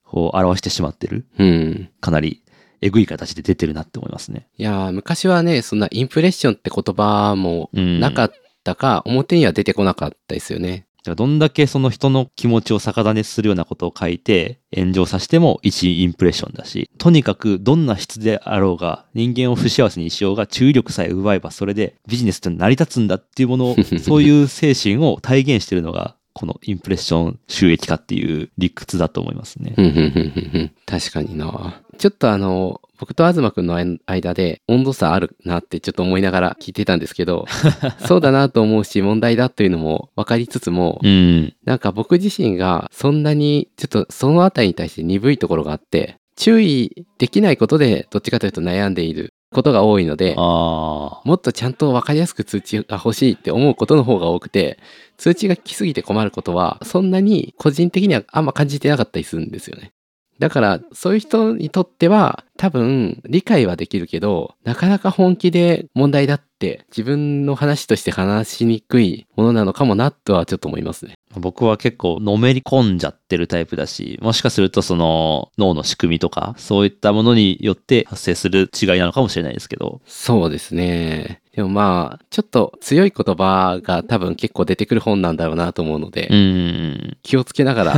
Speaker 1: こう表してしまってる。
Speaker 2: うん。
Speaker 1: かなりえぐい形で出てるなって思いますね。
Speaker 2: いやー、昔はね、そんなインプレッションって言葉も
Speaker 1: うん。
Speaker 2: なかったか、表には出てこなかったですよね。
Speaker 1: だからどんだけその人の気持ちを逆種するようなことを書いて炎上させても一インプレッションだし、とにかくどんな質であろうが、人間を不幸せにしようが注意力さえ奪えばそれでビジネスって成り立つんだっていうも のを、そういう精神を体現してるのが、このインプレッション収益化っていう理屈だと思いますね。
Speaker 2: うんうんうんうんうん確かにな。ちょっとあの、僕と東くんの間で温度差あるなってちょっと思いながら聞いてたんですけ ど、そうだなと思うし問題だというのも分かりつつも、
Speaker 1: うん。
Speaker 2: なんか僕自身がそんなにちょっとそのあたりに対して鈍いところがあって、注意できないことでどっちかというと悩んでいることが多いので、
Speaker 1: ああ。
Speaker 2: もっとちゃんと分かりやすく通知が欲しいって思うことの方が多くて、通知が来すぎて困ることは、そんなに個人的にはあんま感じてなかったりするんですよね。だから、そういう人にとっては、多分、理解はできるけど、なかなか本気で問題だって、自分の話として話しにくいものなのかもな、とはちょっと思いますね。
Speaker 1: 僕は結構のめり込んじゃってるタイプだし、もしかするとその脳の仕組みとか、そういったものによって発生する違いなのかもしれないですけど。
Speaker 2: そうですね。でもまあ、ちょっと強い言葉が多分結構出てくる本なんだろうなと思うので、
Speaker 1: うん。
Speaker 2: 気をつけ ながら、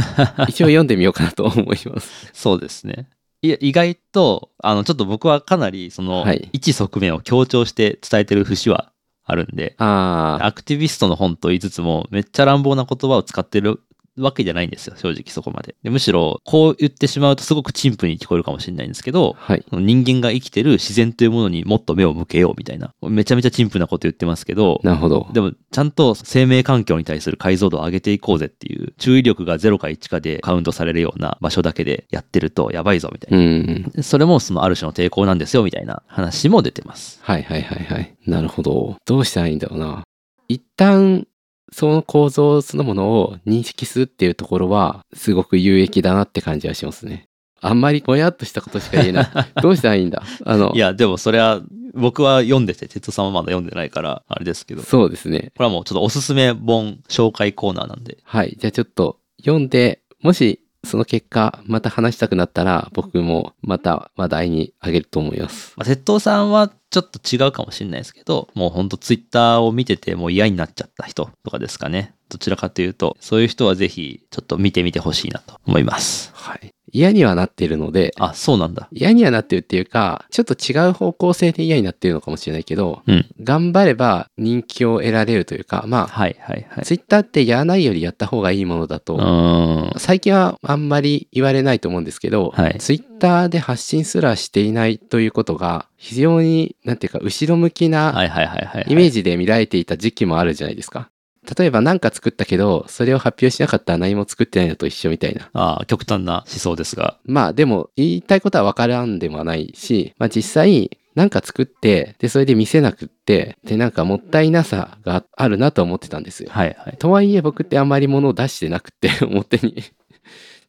Speaker 2: 一応読んでみようかなと思います。
Speaker 1: そうですね。いや意外と、あの、ちょっと僕はかなりその
Speaker 2: はい、
Speaker 1: 一側面を強調して伝えてる節はあるんで、
Speaker 2: ああ、
Speaker 1: アクティビストの本と言いつつも、めっちゃ乱暴な言葉を使ってるわけじゃないんですよ、正直そこまで。でむしろ、こう言ってしまうとすごく陳腐に聞こえるかもしれないんですけど、
Speaker 2: はい。
Speaker 1: 人間が生きてる自然というものにもっと目を向けようみたいな。めちゃめちゃ陳腐なこと言ってますけど、
Speaker 2: なるほど。
Speaker 1: でもちゃんと生命環境に対する解像度を上げていこうぜっていう、注意力が0か1かでカウントされるような場所だけでやってるとやばいぞみたいうな。
Speaker 2: ん。
Speaker 1: それもそのある種の抵抗なんですよみたいな話も出てます。
Speaker 2: はいはいはいはい。なるほど。どうしたらいいんだろうな。一旦、その構造そのものを認識するっていうところは、すごく有益だなって感じはしますね。あんまりぼやっとしたことしか言 えない。どうしたらいいんだあの
Speaker 1: い、や、でもそれは、僕は読んでて、哲夫さんはまだ読んでないから、あれですけど、こ
Speaker 2: そうですね。
Speaker 1: れはもうちょっとおすすめ本紹介コーナーなんで、
Speaker 2: はい。じゃあちょっと読んで、もしその結果、また話したくなったら、僕もまた話題にあげると思います。
Speaker 1: まあ、鉄道さんはちょっと違うかもしれないですけど、もうほんとツイッターを見ててもう嫌になっちゃった人とかですかね。どちらかというと、そういう人はぜひちょっと見てみてほしいなと思います。
Speaker 2: はい。嫌にはなっているので、
Speaker 1: あ、そうなんだ。
Speaker 2: 嫌にはなってるっていうか、ちょっと違う方向性で嫌になってるのかもしれないけど、
Speaker 1: うん。
Speaker 2: 頑張れば人気を得られるというか、まあ、
Speaker 1: はいはいはい。
Speaker 2: ツイッターってやらないよりやった方がいいものだ
Speaker 1: う
Speaker 2: と、
Speaker 1: ーん。
Speaker 2: 最近はあんまり言われないと思うんですけど、
Speaker 1: はい
Speaker 2: ツイッターで発信すらしていないということが、非常に、なんていうか、後ろ向きな
Speaker 1: はいはいはいはい。
Speaker 2: イメー
Speaker 1: ジ。
Speaker 2: ジで見られていた時期もあるじゃないですか。例えば何か作ったけど、それを発表しなかったら何も作ってないのと一緒みたいな。
Speaker 1: ああ、極端な思想ですが。
Speaker 2: まあでも言いたいことは分からんでもないし、まあ実際何か作って、でそれで見せなくって、でなんかもったいなさがあるなと思ってたんですよ。
Speaker 1: はいはい。
Speaker 2: とはいえ僕ってあんまり物を出してなくて、 表に。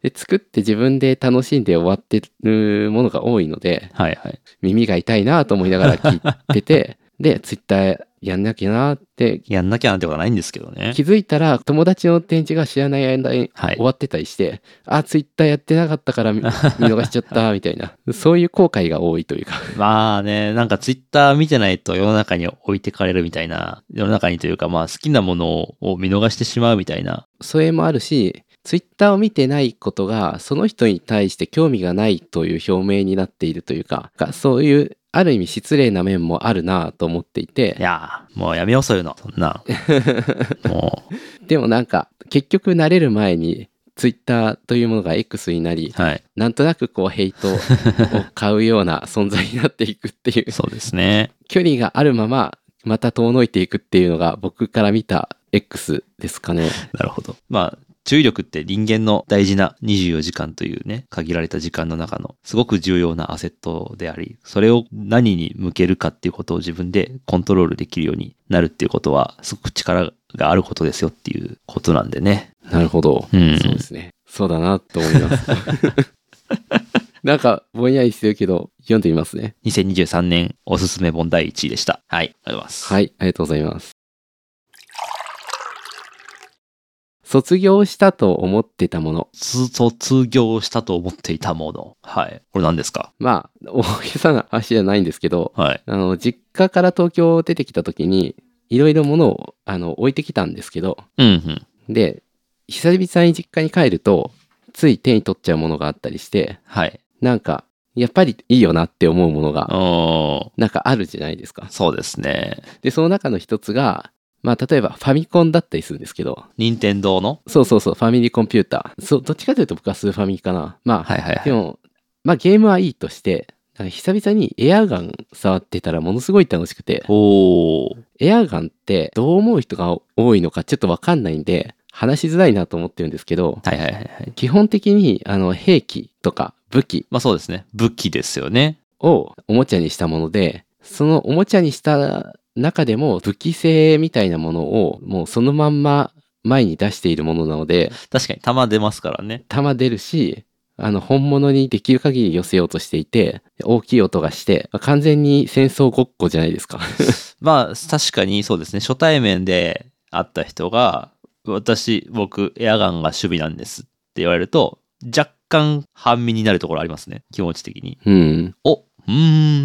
Speaker 2: で作って自分で楽しんで終わってるものが多いので、
Speaker 1: はいはい。
Speaker 2: 耳が痛いなと思いながら聞いてて、で、ツイッターやんなきゃなって
Speaker 1: やんなきゃなんてことはないんですけどね。
Speaker 2: 気づいたら友達の展示が知らない間に
Speaker 1: はい
Speaker 2: 終わってたりして、あツイッターやってなかっ たから見見逃しちゃったみたいなそういう後悔が多いというか
Speaker 1: まあね、なんかツイッター見てないと世の中に置いてかれるみたいな、世の中にというかまあ好きなものを見逃してしまうみたいな。
Speaker 2: それもあるしツイッターを見てないことがその人に対して興味がないという表明になっているというかがそういうある意味失礼な面もあるなと思ってい
Speaker 1: い
Speaker 2: て
Speaker 1: やー、もうやめようそういうの。そん な。も
Speaker 2: でもなんか結局慣れる前にツイッターというものが X になり
Speaker 1: う、はい。
Speaker 2: なんとなくこうヘイトを買うような存在になっていくっていう
Speaker 1: そうですね。
Speaker 2: 距離があるまままた遠のいていくっていうのが僕から見た X ですかね。
Speaker 1: なるほど。まあ、注意力って人間の大事な24時間というね、限られた時間の中のすごく重要なアセットであり、それを何に向けるかっていうことを自分でコントロールできるようになるっていうことは、すごく力があることですよっていうことなんでね。
Speaker 2: なるほど。
Speaker 1: うん
Speaker 2: そうですね。そうだなと思い ます。なんかぼんやりしてるけど読んでみますね。
Speaker 1: 2023年おすすめ本第1位でした。はい、ありがとうございます。
Speaker 2: はい、ありがとうございます。卒業したと思ってたもの。
Speaker 1: つ卒業したと思っていたもの。はい。これ何ですか
Speaker 2: まあ、大げさな話じゃないんですけど、
Speaker 1: はい。
Speaker 2: あの、実家から東京を出てきた時に、いろいろものを、あの、置いてきたんですけど、
Speaker 1: うんうん。
Speaker 2: で、久々に実家に帰ると、つい手に取っちゃうものがあったりして、
Speaker 1: はい。
Speaker 2: なんか、やっぱりいいよなって思うもの
Speaker 1: お
Speaker 2: が、
Speaker 1: ー
Speaker 2: なんかあるじゃないですか。
Speaker 1: そうですね。
Speaker 2: で、その中の一つが、まあ、例えばファミコンだったりするんですけど、
Speaker 1: 任天堂の
Speaker 2: そうそうそう、ファミリーコンピューター。そう、どっちかというと僕はスーファミかな。まあ、
Speaker 1: はいはいはい
Speaker 2: でも、まあゲームはいいとして、なんか久々にエアガン触ってたらものすごい楽しくて、
Speaker 1: おー
Speaker 2: エアガンってどう思う人が多いのかちょっとわかんないんで、話しづらいなと思ってるんですけど、
Speaker 1: はいはいはいはい。
Speaker 2: 基本的にあの兵器とか武器
Speaker 1: まあそうですね。武器ですよね。
Speaker 2: をおもちゃにしたものでそのおもちゃにした中でも武器性みたいなものをもうそのまんま前に出しているものなので
Speaker 1: 確かに弾出ますからね。
Speaker 2: 弾出るしあの本物にできる限り寄せようとしていて大きい音がして完全に戦争ごっこじゃないですか
Speaker 1: まあ確かにそうですね。初対面で会った人が、私、僕、エアガンが趣味なんですって言われると、若干半身になるところありますね。気持ち的に。
Speaker 2: うん
Speaker 1: お、うー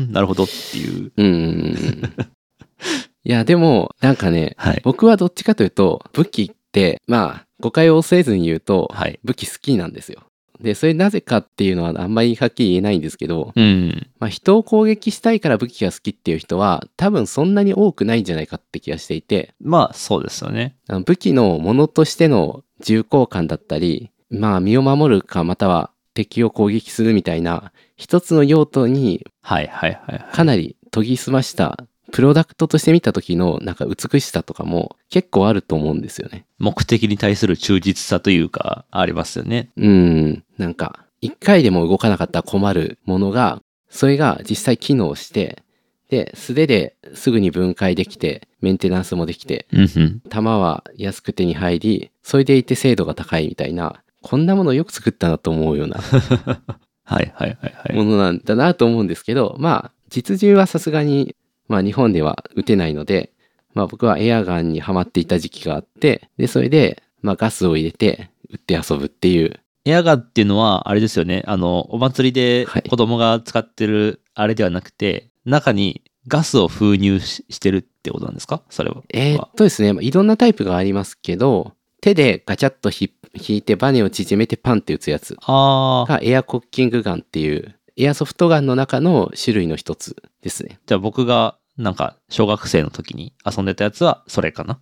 Speaker 1: ん、なるほどっていう。
Speaker 2: うんいやでもなんかね
Speaker 1: はい。
Speaker 2: 僕はどっちかというと武器ってまあ誤解を恐れずに言うと
Speaker 1: はい。
Speaker 2: 武器好きなんですよ。で、それなぜかっていうのはあんまりはっきり言えないんですけど、
Speaker 1: うん。
Speaker 2: まあ、人を攻撃したいから武器が好きっていう人は多分そんなに多くないんじゃないかって気がしていて、
Speaker 1: まあ、そうですよね。
Speaker 2: あの武器のものとしての重厚感だったり、まあ身を守るかまたは敵を攻撃するみたいな一つの用途に
Speaker 1: はいはいはいはい。
Speaker 2: かなり研ぎ澄ましたプロダクトとして見た時のなんか美しさとかも結構あると思うんですよね。
Speaker 1: 目的に対する忠実さというか、ありますよね。
Speaker 2: うん、なんか、一回でも動かなかったら困るものが、それが実際機能して、で、素手ですぐに分解できて、メンテナンスもできて、
Speaker 1: うんうん。
Speaker 2: 玉は安く手に入り、それでいて精度が高いみたいな、こんなものよく作ったなと思うような
Speaker 1: はいはいはいはい。
Speaker 2: ものなんだなと思うんですけど、まあ、実銃はさすがに、まあ日本では撃てないので、まあ僕はエアガンにハマっていた時期があって、で、それで、まあガスを入れて撃って遊ぶっていう、
Speaker 1: エアガンっていうのは、あれですよね。あの、お祭りで
Speaker 2: はい
Speaker 1: 子供が使ってるあれではなくて、中にガスを封入ししてるってことなんですかそれは。
Speaker 2: えーっとですね、まあいろんなタイプがありますけど、手でガチャッとひ引いてバネを縮めてパンって打つやつ
Speaker 1: ああ、
Speaker 2: がエアコッキングガンっていう、エアソフトガンの中の種類の一つですね。
Speaker 1: じゃあ僕がなんか小学生の時に遊んでたやつはそれかな。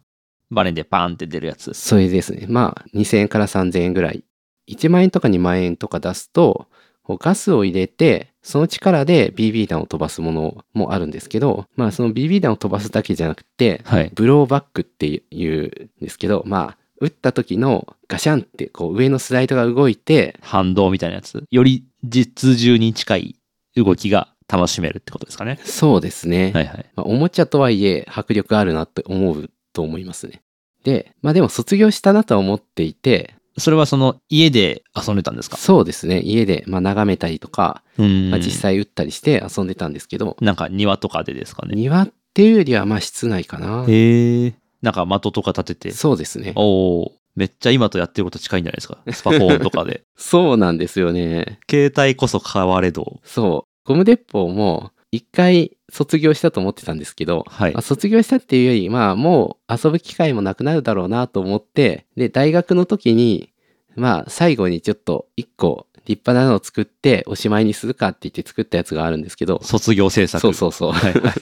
Speaker 1: バネでパーンって出るやつ。
Speaker 2: それですね。まあ、2000円から3000円ぐらい。1万円とか2万円とか出すと、こうガスを入れて、その力で BB 弾を飛ばすものもあるんですけど、まあ、その BB 弾を飛ばすだけじゃなくて、
Speaker 1: はい。
Speaker 2: ブローバックっていうんですけど、まあ、打った時のガシャンって、こう上のスライドが動いて、
Speaker 1: 反動みたいなやつ。より実銃に近い動きが楽しめるってことですかね。
Speaker 2: そうですね。
Speaker 1: はいはい。
Speaker 2: まあ、おもちゃとはいえ迫力あるなって思うと思いますね。で、まあでも卒業したなとは思っていて、
Speaker 1: それはその家で遊んでたんですか
Speaker 2: そうですね、家でまあ眺めたりとか、
Speaker 1: うん
Speaker 2: まあ、実際打ったりして遊んでたんですけど、
Speaker 1: なんか庭とかでですかね。
Speaker 2: 庭っていうよりはまあ室内かな。
Speaker 1: へえ。なんか的とか立てて。
Speaker 2: そうですね。
Speaker 1: おお、めっちゃ今とやってること近いんじゃないですか。スパコーンとか で。
Speaker 2: そうなんですよね。
Speaker 1: 携帯こそ変われど。
Speaker 2: そう。ゴム鉄砲も一回卒業したと思ってたんですけど、
Speaker 1: はい
Speaker 2: まあ、。卒業したっていうより、まあもう遊ぶ機会もなくなるだろうなと思って、で、大学の時に、まあ最後にちょっと一個立派なのを作っておしまいにするかって言って作ったやつがあるんですけど、
Speaker 1: 卒業制作。
Speaker 2: そうそうそう。
Speaker 1: はい はい。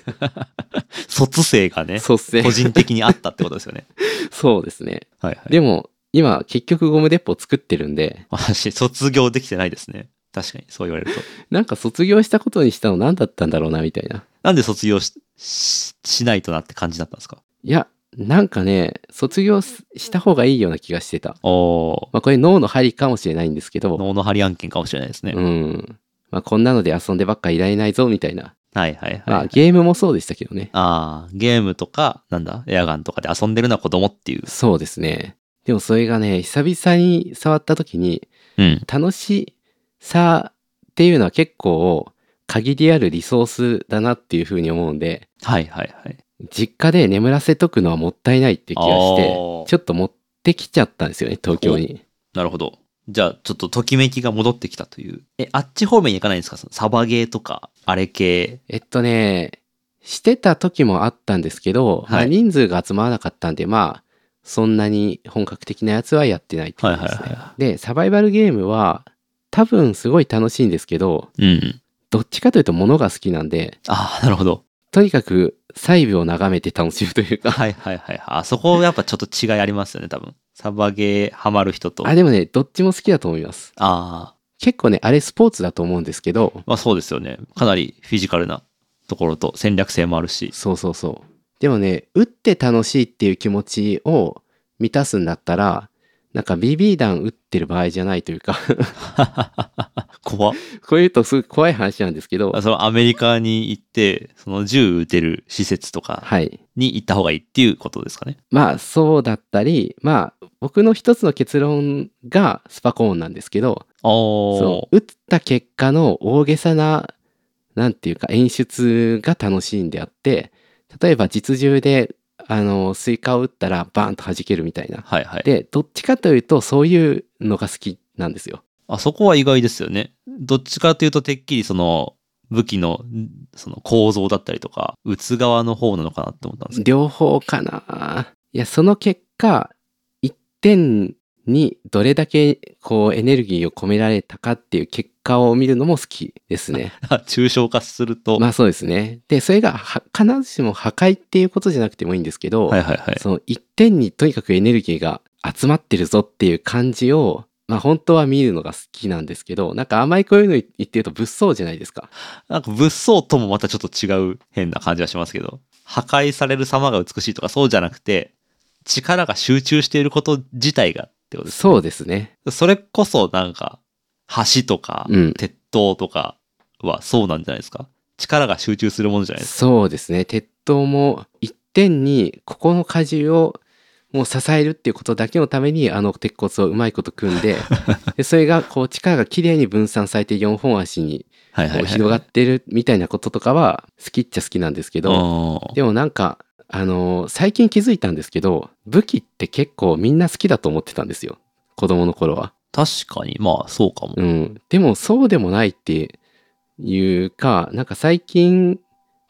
Speaker 1: 卒生がね、
Speaker 2: そうっすね
Speaker 1: 個人的にあったってことですよね。
Speaker 2: そうですね。
Speaker 1: はいはい。
Speaker 2: でも、今結局ゴム鉄砲作ってるんで、
Speaker 1: 私、卒業できてないですね。確かに、そう言われると。
Speaker 2: なんか卒業したことにしたの何だったんだろうなみたいな。
Speaker 1: なんで卒業しししないとなって感じだったんですか
Speaker 2: いや、なんかね、卒業すした方がいいような気がしてた。
Speaker 1: おお
Speaker 2: まあこれ脳の針かもしれないんですけど、
Speaker 1: ー、脳の張り案件かもしれないですね。
Speaker 2: うん。まあこんなので遊んでばっかいられないぞみたいな。
Speaker 1: はいはい
Speaker 2: ま
Speaker 1: は
Speaker 2: あ
Speaker 1: い。
Speaker 2: ゲームもそうでしたけどね。
Speaker 1: ああ、ゲームとか、なんだ、エアガンとかで遊んでるのは子供っていう。
Speaker 2: そうですね。でもそれがね、久々に触った時に、
Speaker 1: うん。
Speaker 2: 楽しさっていうのは結構限りあるリソースだなっていうふうに思うんで、
Speaker 1: はいはいはい。
Speaker 2: 実家で眠らせとくのはもったいないって気がして
Speaker 1: お、ー
Speaker 2: ちょっと持ってきちゃったんですよね、東京に。
Speaker 1: なるほど。じゃあ、ちょっとときめきが戻ってきたという。え、あっち方面に行かないんですかそのサバゲーとか、あれ系。
Speaker 2: えっとね、してた時もあったんですけど、まあ
Speaker 1: はい
Speaker 2: 人数が集まらなかったんで、まあ、そんなに本格的なやつはやってないって感じですね。
Speaker 1: はいはいは
Speaker 2: で、サバイバルゲームは、多分すごい楽しいんですけど、
Speaker 1: うん。
Speaker 2: どっちかというと物が好きなんで、
Speaker 1: ああ、なるほど。
Speaker 2: とにかく細部を眺めて楽しむ というか、
Speaker 1: はいはいはいはい。あそこやっぱちょっと違いありますよね、多分。サバゲーハマる人と。
Speaker 2: あ、でもね、どっちも好きだと思います。
Speaker 1: あ
Speaker 2: 結構ね、あれスポーツだと思うんですけど
Speaker 1: ー、まあそうですよね。かなりフィジカルなところと戦略性もあるし。
Speaker 2: そうそうそう。でもね、打って楽しいっていう気持ちを満たすんだったら、なんか BB 弾打ってる場合じゃないというか、
Speaker 1: 怖っ
Speaker 2: こういうとすごい怖い話なんですけど、
Speaker 1: そのアメリカに行って、その銃撃てる施設とか
Speaker 2: はい。
Speaker 1: に行った方がいいっていうことですかね。
Speaker 2: まあそうだったり、まあ僕の一つの結論がスパコーンなんですけど、
Speaker 1: お
Speaker 2: そう打った結果の大げさな、なんていうか演出が楽しいんであって、例えば実銃で、あの、スイカを打ったらバーンと弾けるみたいな。
Speaker 1: はいはい。
Speaker 2: で、どっちかというとそういうのが好きなんですよ。
Speaker 1: あそこは意外ですよね。どっちかというと、てっきりその武器のんその構造だったりとか、撃つ側の方なのかなって思ったんですけ
Speaker 2: 両方かないや、その結果、一点にどれだけこうエネルギーを込められたかっていう結果を見るのも好きですね。
Speaker 1: ど、抽象化すると、
Speaker 2: まあそうですね。で、それがは必ずしも破壊っていうことじゃなくてもいいんですけど、
Speaker 1: はいはいはい。
Speaker 2: その一点にとにかくエネルギーが集まってるぞっていう感じを、まあ本当は見るのが好きなんですけど、なんかあんまりこういうの言ってると物騒じゃないですか。
Speaker 1: なんか物騒ともまたちょっと違う変な感じはしますけど、破壊される様が美しいとかそうじゃなくて、力が集中していること自体がってことです。
Speaker 2: そうですね。
Speaker 1: それこそなんか、橋とか
Speaker 2: うん、
Speaker 1: 鉄塔とかはそうなんじゃないですか。力が集中するものじゃないですか。
Speaker 2: そうですね鉄塔も一点にここの荷重をもう支えるっていうことだけのためにあの鉄骨をうまいこと組 んででそれがこう力がきれいに分散されて4本足に
Speaker 1: はいはいは
Speaker 2: こう
Speaker 1: い。
Speaker 2: 広がってるみたいなこととかは好きっちゃ好きなんですけど、
Speaker 1: ど。
Speaker 2: でもなんかあのー最近気づいたんですけど武器って結構みんな好きだと思ってたんですよ子供の頃は。
Speaker 1: 確かに、まあそうかも。
Speaker 2: うん、でもそうでもないっていうかなんか最近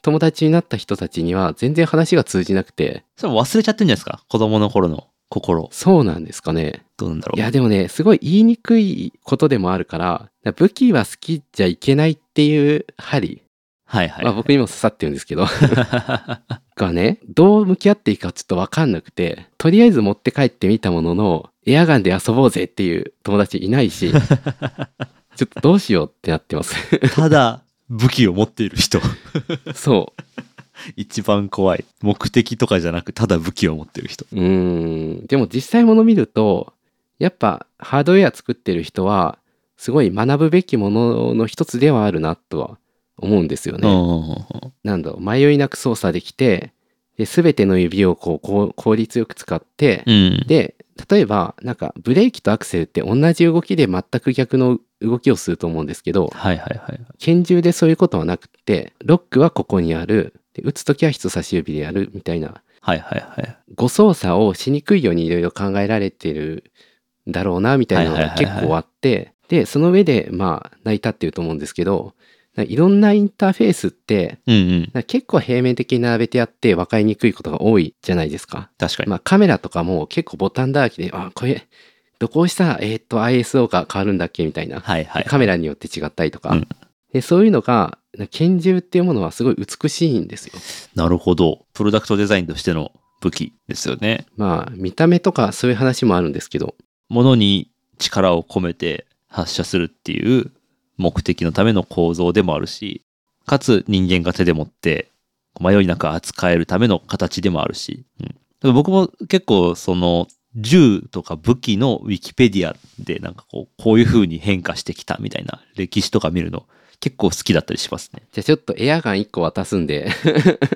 Speaker 2: 友達になった人たちには全然話が通じなくて
Speaker 1: それ忘れちゃってるんじゃないですか子供の頃の心。
Speaker 2: そうなんですかね
Speaker 1: どうなんだろう。
Speaker 2: いやでもねすごい言いにくいことでもあるからだから武器は好きじゃいけないっていう針、
Speaker 1: はいはい。
Speaker 2: まあ、僕にも刺さってるんです けど
Speaker 1: は
Speaker 2: がねどう向き合っていいかちょっと分かんなくてとりあえず持って帰ってみたもののエアガンで遊ぼうぜっていう友達いな いしちょっとどうしようってなってます
Speaker 1: いただ、武器を持っている人。
Speaker 2: そう
Speaker 1: 一番怖い。目的とかじゃなく、ただ武器を持ってる人。
Speaker 2: うーんでも実際もの見るとやっぱハードウェア作ってる人はすごい学ぶべきものの一つではあるなとは思うんですよね。
Speaker 1: うん
Speaker 2: なんだろう迷いなく操作できてで全ての指をこうこう効率よく使って、
Speaker 1: うん。
Speaker 2: で例えばなんかブレーキとアクセルって同じ動きで全く逆の動きをすると思うんですけど
Speaker 1: はいはいはい。
Speaker 2: 拳銃でそういうことはなくってロックはここにあるで打つ時は人差し指でやるみたいな
Speaker 1: はいはいはい。
Speaker 2: 誤操作をしにくいようにいろいろ考えられてるんだろうなみたいなの
Speaker 1: はいは
Speaker 2: が
Speaker 1: いはい
Speaker 2: 結
Speaker 1: はい
Speaker 2: 構あって、でその上でまあ成り立ってると思うんですけどいろんなインターフェースって
Speaker 1: うんうん。
Speaker 2: なんか結構平面的に並べてあって分かりにくいことが多いじゃないですか。
Speaker 1: 確かに。
Speaker 2: まあ、カメラとかも結構ボタンだらけであこれどこをしたらえーっと ISO が変わるんだっけみたいな
Speaker 1: はいはい。
Speaker 2: カメラによって違ったりとか、
Speaker 1: うん
Speaker 2: でそういうのが拳銃っていうものはすごい美しいんですよ。
Speaker 1: なるほど。プロダクトデザインとしての武器ですよね。
Speaker 2: まあ見た目とかそういう話もあるんですけど
Speaker 1: ものに力を込めて発射するっていう目的のための構造でもあるし、かつ人間が手で持って迷いなく扱えるための形でもあるし、うん、だから僕も結構その銃とか武器のウィキペディアでなんかこうこういう風に変化してきたみたいな歴史とか見るの結構好きだったりしますね。
Speaker 2: じゃあちょっとエアガン1個渡すんで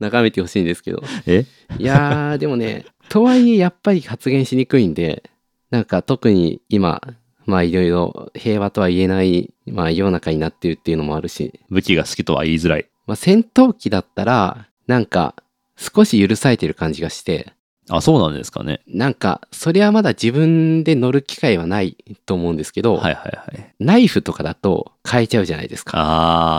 Speaker 2: 眺めてほしいんですけど
Speaker 1: え
Speaker 2: いやーでもねとはいえやっぱり発言しにくいんでなんか特に今まあいろいろ平和とは言えない、まあ、世の中になってるっていうのもあるし、
Speaker 1: 武器が好きとは言いづらい。
Speaker 2: まあ、戦闘機だったらなんか少し許されてる感じがして
Speaker 1: あ、そうなんですかね。
Speaker 2: なんかそれはまだ自分で乗る機会はないと思うんですけど、
Speaker 1: はいはいはい。
Speaker 2: ナイフとかだと変えちゃうじゃないですか。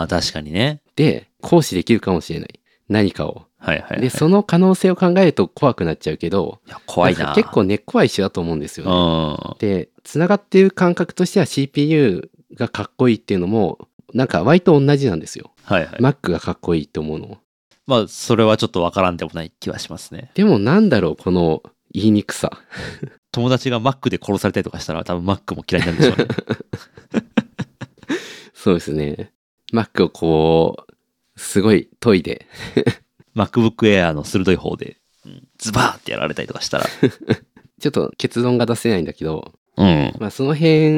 Speaker 1: あー、確かにね。
Speaker 2: で行使できるかもしれない何かを。
Speaker 1: はいはい、はい。
Speaker 2: でその可能性を考えると怖くなっちゃうけど
Speaker 1: いや怖い
Speaker 2: ん
Speaker 1: な。
Speaker 2: か結構根っこは一緒だと思うんですよね。
Speaker 1: うん。
Speaker 2: でつながってる感覚としては CPU がかっこいいっていうのもなんか割と同じなんですよ。
Speaker 1: はいはい。
Speaker 2: Mac がかっこいいって思うのも。
Speaker 1: まあ、それはちょっとわからんでもない気はしますね。
Speaker 2: でもなんだろうこの言いにくさ。
Speaker 1: 友達がマックで殺されたりとかしたら、多分マックも嫌いになるんでしょうね。
Speaker 2: そうですね。Mac をこうすごい研いで
Speaker 1: MacBook Air の鋭い方で、うんズバーってやられたりとかしたら。
Speaker 2: ちょっと結論が出せないんだけど
Speaker 1: うん。
Speaker 2: まあ、その辺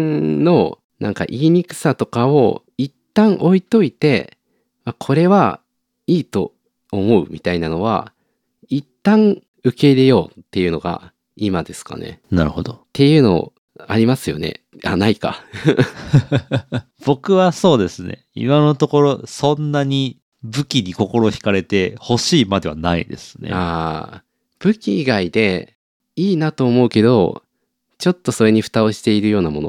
Speaker 2: のなんか言いにくさとかを一旦置いといて、まあ、これはいいと思うみたいなのは一旦受け入れようっていうのが今ですかね。っ
Speaker 1: なるほど。
Speaker 2: ていうのありますよね。あないか。
Speaker 1: 僕はそうですね。今のところ、そんなに武器に心惹かれて欲しいまではないですね。
Speaker 2: ああ武器以外でいいなと思うけどちょっとそれに蓋をしているようなもの。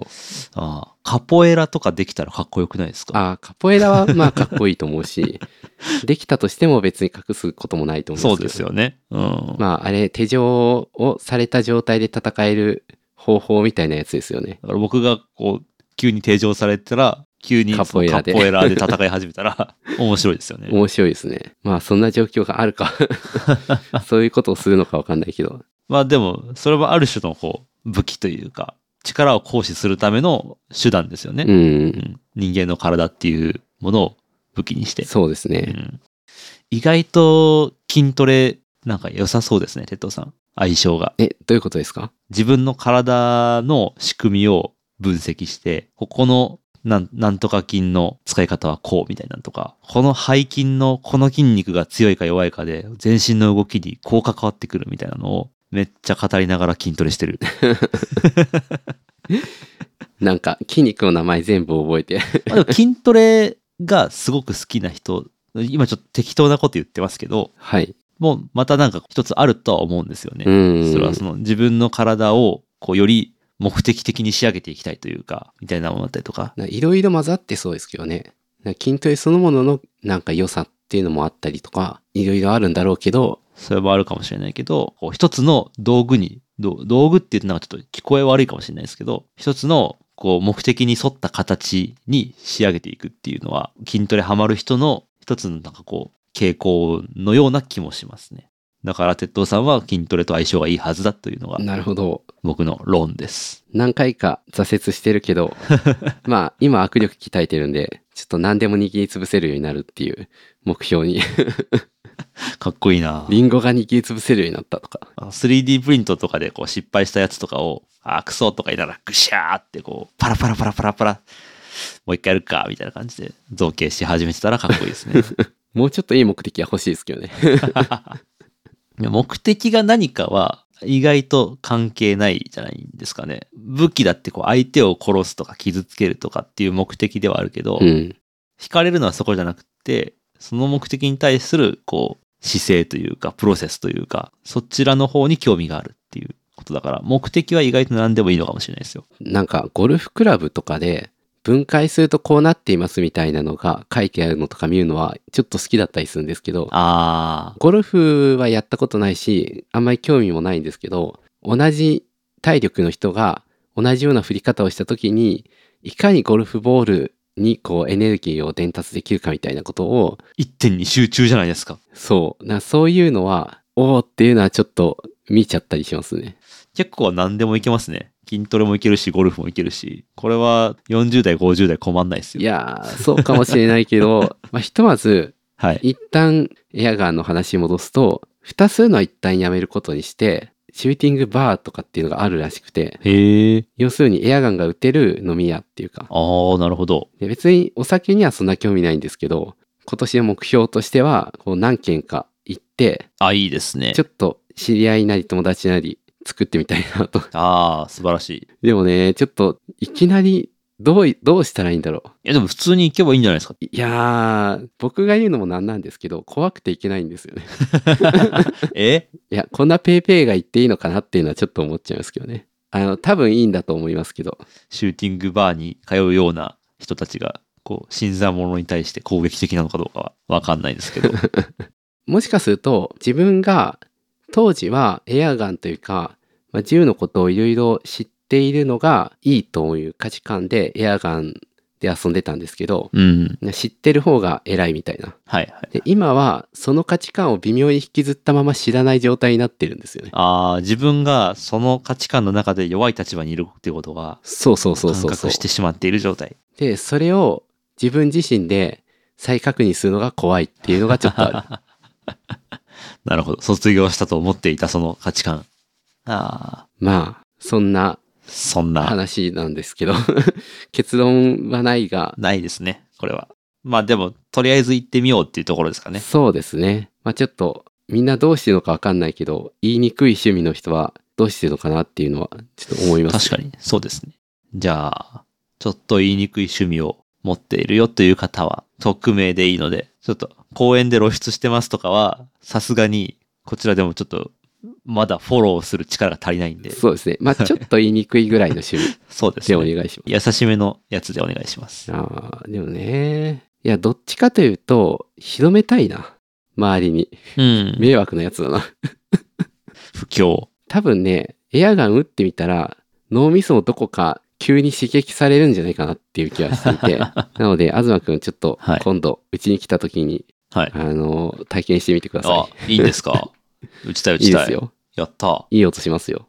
Speaker 1: あーカポエラとかできたらかっこよくないですか
Speaker 2: ああカポエラはまあかっこいいと思うし できたとしても別に隠すこともないと思
Speaker 1: そううん
Speaker 2: ですけど
Speaker 1: ですよね。うん。
Speaker 2: まああれ手錠をされた状態で戦える方法みたいなやつですよね。
Speaker 1: だから僕がこう、急に定常されたら、急にその
Speaker 2: カポエラで
Speaker 1: カポエラで戦い始めたら、面白いです よね。
Speaker 2: 面白いですね。まあそんな状況があ るかそういうことをするのかわかんないけど。
Speaker 1: まあでも、それはある種のこう、武器というか、力を行使するための手段ですよね。
Speaker 2: う
Speaker 1: うんん人間の体っていうものを武器にして。
Speaker 2: そうです
Speaker 1: う
Speaker 2: ね。
Speaker 1: ん意外と筋トレなんか良さそうですね、鉄道さん。相性が。
Speaker 2: えどういうことですか
Speaker 1: 自分の体の仕組みを分析して、ここのなんなんとか筋の使い方はこうみたいなんとか、この背筋のこの筋肉が強いか弱いかで全身の動きにこう関わってくるみたいなのをめっちゃ語りながら筋トレしてる。
Speaker 2: なんか筋肉の名前全部覚 えて
Speaker 1: ま あでも筋トレがすごく好きな人、今ちょっと適当なこと言ってますけど、
Speaker 2: はい
Speaker 1: もうまたなんか一つあるとは思うんですよね。
Speaker 2: うん
Speaker 1: それはその自分の体をこうより目的的に仕上げていきたいというか、みたいなものだったりとか。
Speaker 2: いろいろ混ざってそうですけどねなんか筋トレそのもののなんか良さっていうのもあったりとかいろいろあるんだろうけど
Speaker 1: それもあるかもしれないけど、こう一つの道具に、ど道具って言うとなんかちょっと聞こえ悪いかもしれないですけど、一つのこう目的に沿った形に仕上げていくっていうのは、筋トレハマる人の一つのなんかこう、傾向のような気もしますね。だから、鉄道さんは筋トレと相性がいいはずだというのが
Speaker 2: なるほど
Speaker 1: 僕の論です。
Speaker 2: 何回か挫折してるけどまあ今握力鍛えてるんでちょっと何でも握りつぶせるようになるっていう目標に
Speaker 1: かっこいいな
Speaker 2: リンゴが握りつぶせるようになったとか
Speaker 1: あの 3D プリントとかでこう失敗したやつとかを、あー、クソとか言いながら、ぐしゃーってこう、パラパラパラパラパラ、もう一回やるか、みたいな感じで造形し始めてたらかっこいいですね。
Speaker 2: もうちょっといい目的は欲しいですけどね
Speaker 1: いや目的が何かは意外と関係ないじゃないんですかね。武器だってこう相手を殺すとか傷つけるとかっていう目的ではあるけど、
Speaker 2: うん
Speaker 1: 惹かれるのはそこじゃなくて、その目的に対するこう姿勢というか、プロセスというか、そちらの方に興味があるっていうことだから、目的は意外と何でもいいのかもしれないですよ。
Speaker 2: なんかゴルフクラブとかで分解するとこうなっていますみたいなのが書いてあるのとか見るのはちょっと好きだったりするんですけど
Speaker 1: あ
Speaker 2: ゴルフはやったことないしあんまり興味もないんですけど同じ体力の人が同じような振り方をした時にいかにゴルフボールにこうエネルギーを伝達できるかみたいなことを
Speaker 1: ー、一点に集中じゃないですか。
Speaker 2: そうなそういうのはおおっていうのはちょっと見ちゃったりしますね。
Speaker 1: 結構何でもいけますね。筋トレもいけるし、ゴルフもいけるし、これは40代、50代困んないですよ。
Speaker 2: いやーそうかもしれないけど、 まあ、ひとまず
Speaker 1: はい。
Speaker 2: 一旦エアガンの話に戻すと蓋するのは一旦やめることにしてシューティングバーとかっていうのがあるらしくて
Speaker 1: へえ。
Speaker 2: 要するにエアガンが撃てる飲み屋っていうか
Speaker 1: あー、なるほど。
Speaker 2: で別にお酒にはそんな興味ないんですけど今年の目標としてはこう何軒か行って
Speaker 1: あ、いいですね
Speaker 2: ちょ。っと知り合いなり友達なり作ってみたいなと
Speaker 1: あー、素晴らしい。い
Speaker 2: でもねちょっといきなりどういどうしたらいいんだろう
Speaker 1: や、でも普通に行けばいいんじゃないですか。
Speaker 2: いやー僕が言うのもなんなんですけど怖くていけないんですよね
Speaker 1: え
Speaker 2: いや、こんなペイペイが言っていいのかなっていうのはちょっと思っちゃいますけどね。あの、多分いいんだと思いますけど。
Speaker 1: シューティングバーに通うような人たちが、こう、新参者に対して攻撃的なのかどうかはわかんないですけ ど。
Speaker 2: もしかすると、自分が当時はエアガンというか、まあ、銃のことをいろいろ知っているのがいいという価値観でエアガンで遊んでたんですけど、
Speaker 1: うん。
Speaker 2: 知ってる方が偉いみたいな。
Speaker 1: はいはい。
Speaker 2: で、今はその価値観を微妙に引きずったまま知らない状態になってるんですよね。
Speaker 1: ああ、自分がその価値観の中で弱い立場にいるっていうことが
Speaker 2: そうそうそう
Speaker 1: 感
Speaker 2: そうそう
Speaker 1: 覚してしまっている状態。
Speaker 2: で、それを自分自身で再確認するのが怖いっていうのがちょっとある。
Speaker 1: なるほど。卒業したと思っていたその価値観。ああ、
Speaker 2: まあ、そんな
Speaker 1: そんな、
Speaker 2: 話なんですけど、 結論はないが、
Speaker 1: ないですね。これは。まあでも、とりあえず行ってみようっていうところですかね。
Speaker 2: そうですね。まあちょっと、みんなどうしてるのかわかんないけど、言いにくい趣味の人はどうしてるのかなっていうのは、ちょっと思います。
Speaker 1: 確かに、そうですね。じゃあ、ちょっと言いにくい趣味を持っているよという方は、匿名でいいので、ちょっと公園で露出してますとかは、さすがに、こちらでもちょっと、まだフォローする力が足りないんで、
Speaker 2: そうで すね。まあちょっと言いにくいぐらいの趣味
Speaker 1: そうです
Speaker 2: でお
Speaker 1: ね。
Speaker 2: 願いしま
Speaker 1: 優しめのやつでお願いします
Speaker 2: す。。ああ、でもね。いや、どっちかというと、広めたいな。周りに。
Speaker 1: うん。
Speaker 2: 迷惑なやつだな。
Speaker 1: 不況。
Speaker 2: 多分ね、エアガン撃ってみたら、脳みそのどこか急に刺激されるんじゃないかなっていう気がしてい て。なので、東くん、ちょっと
Speaker 1: はい
Speaker 2: 今度、うちに来た時に、
Speaker 1: はい。
Speaker 2: あの、体験してみてくだ
Speaker 1: あ
Speaker 2: さ、
Speaker 1: いいんです か打ちたい打
Speaker 2: い。い
Speaker 1: ち
Speaker 2: い
Speaker 1: たい。
Speaker 2: ですよ。
Speaker 1: やった。
Speaker 2: いい音しますよ。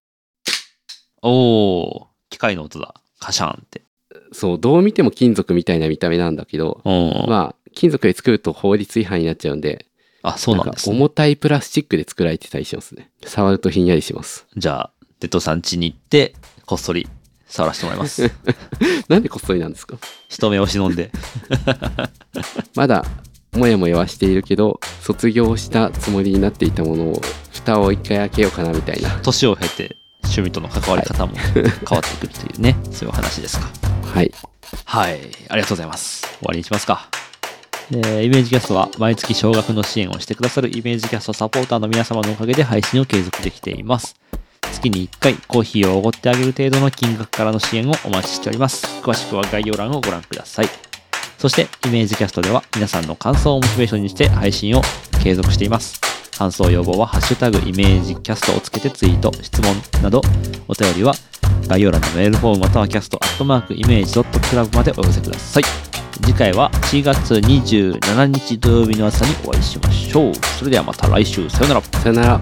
Speaker 1: おー、機械の音だ。カシャンって。
Speaker 2: そう、どう見ても金属みたいな見た目なんだけど、
Speaker 1: うん。
Speaker 2: まあ、金属で作ると法律違反になっちゃうんで、
Speaker 1: あ、そうなん
Speaker 2: か
Speaker 1: です、ね。
Speaker 2: 重たいプラスチックで作られてたりしますね。触るとひんやりします。
Speaker 1: じゃあ、デトさん家に行って、こっそり触らせてもらい ます。
Speaker 2: なんでこっそりなんですか
Speaker 1: 人目を忍んで。
Speaker 2: まだもやもやはしているけど卒業したつもりになっていたものを蓋を一回開けようかなみたいな
Speaker 1: 年を経て趣味との関わり方も変わってくるというね、そういうお話ですか。
Speaker 2: はい
Speaker 1: はい、ありがとうございます。終わりにしますか。えーイメージキャストは毎月少額の支援をしてくださるイメージキャストサポーターの皆様のおかげで配信を継続できています。月に1回コーヒーをおごってあげる程度の金額からの支援をお待ちしております。詳しくは概要欄をご覧ください。そして、イメージキャストでは皆さんの感想をモチベーションにして配信を継続しています。感想要望はハッシュタグイメージキャストをつけてツイート、質問などお便りは概要欄のメールフォームまたはキャストアットマークイメージドットクラブまでお寄せください。次回は4月27日土曜日の朝にお会いしましょう。それではまた来週さよなら。
Speaker 2: さよなら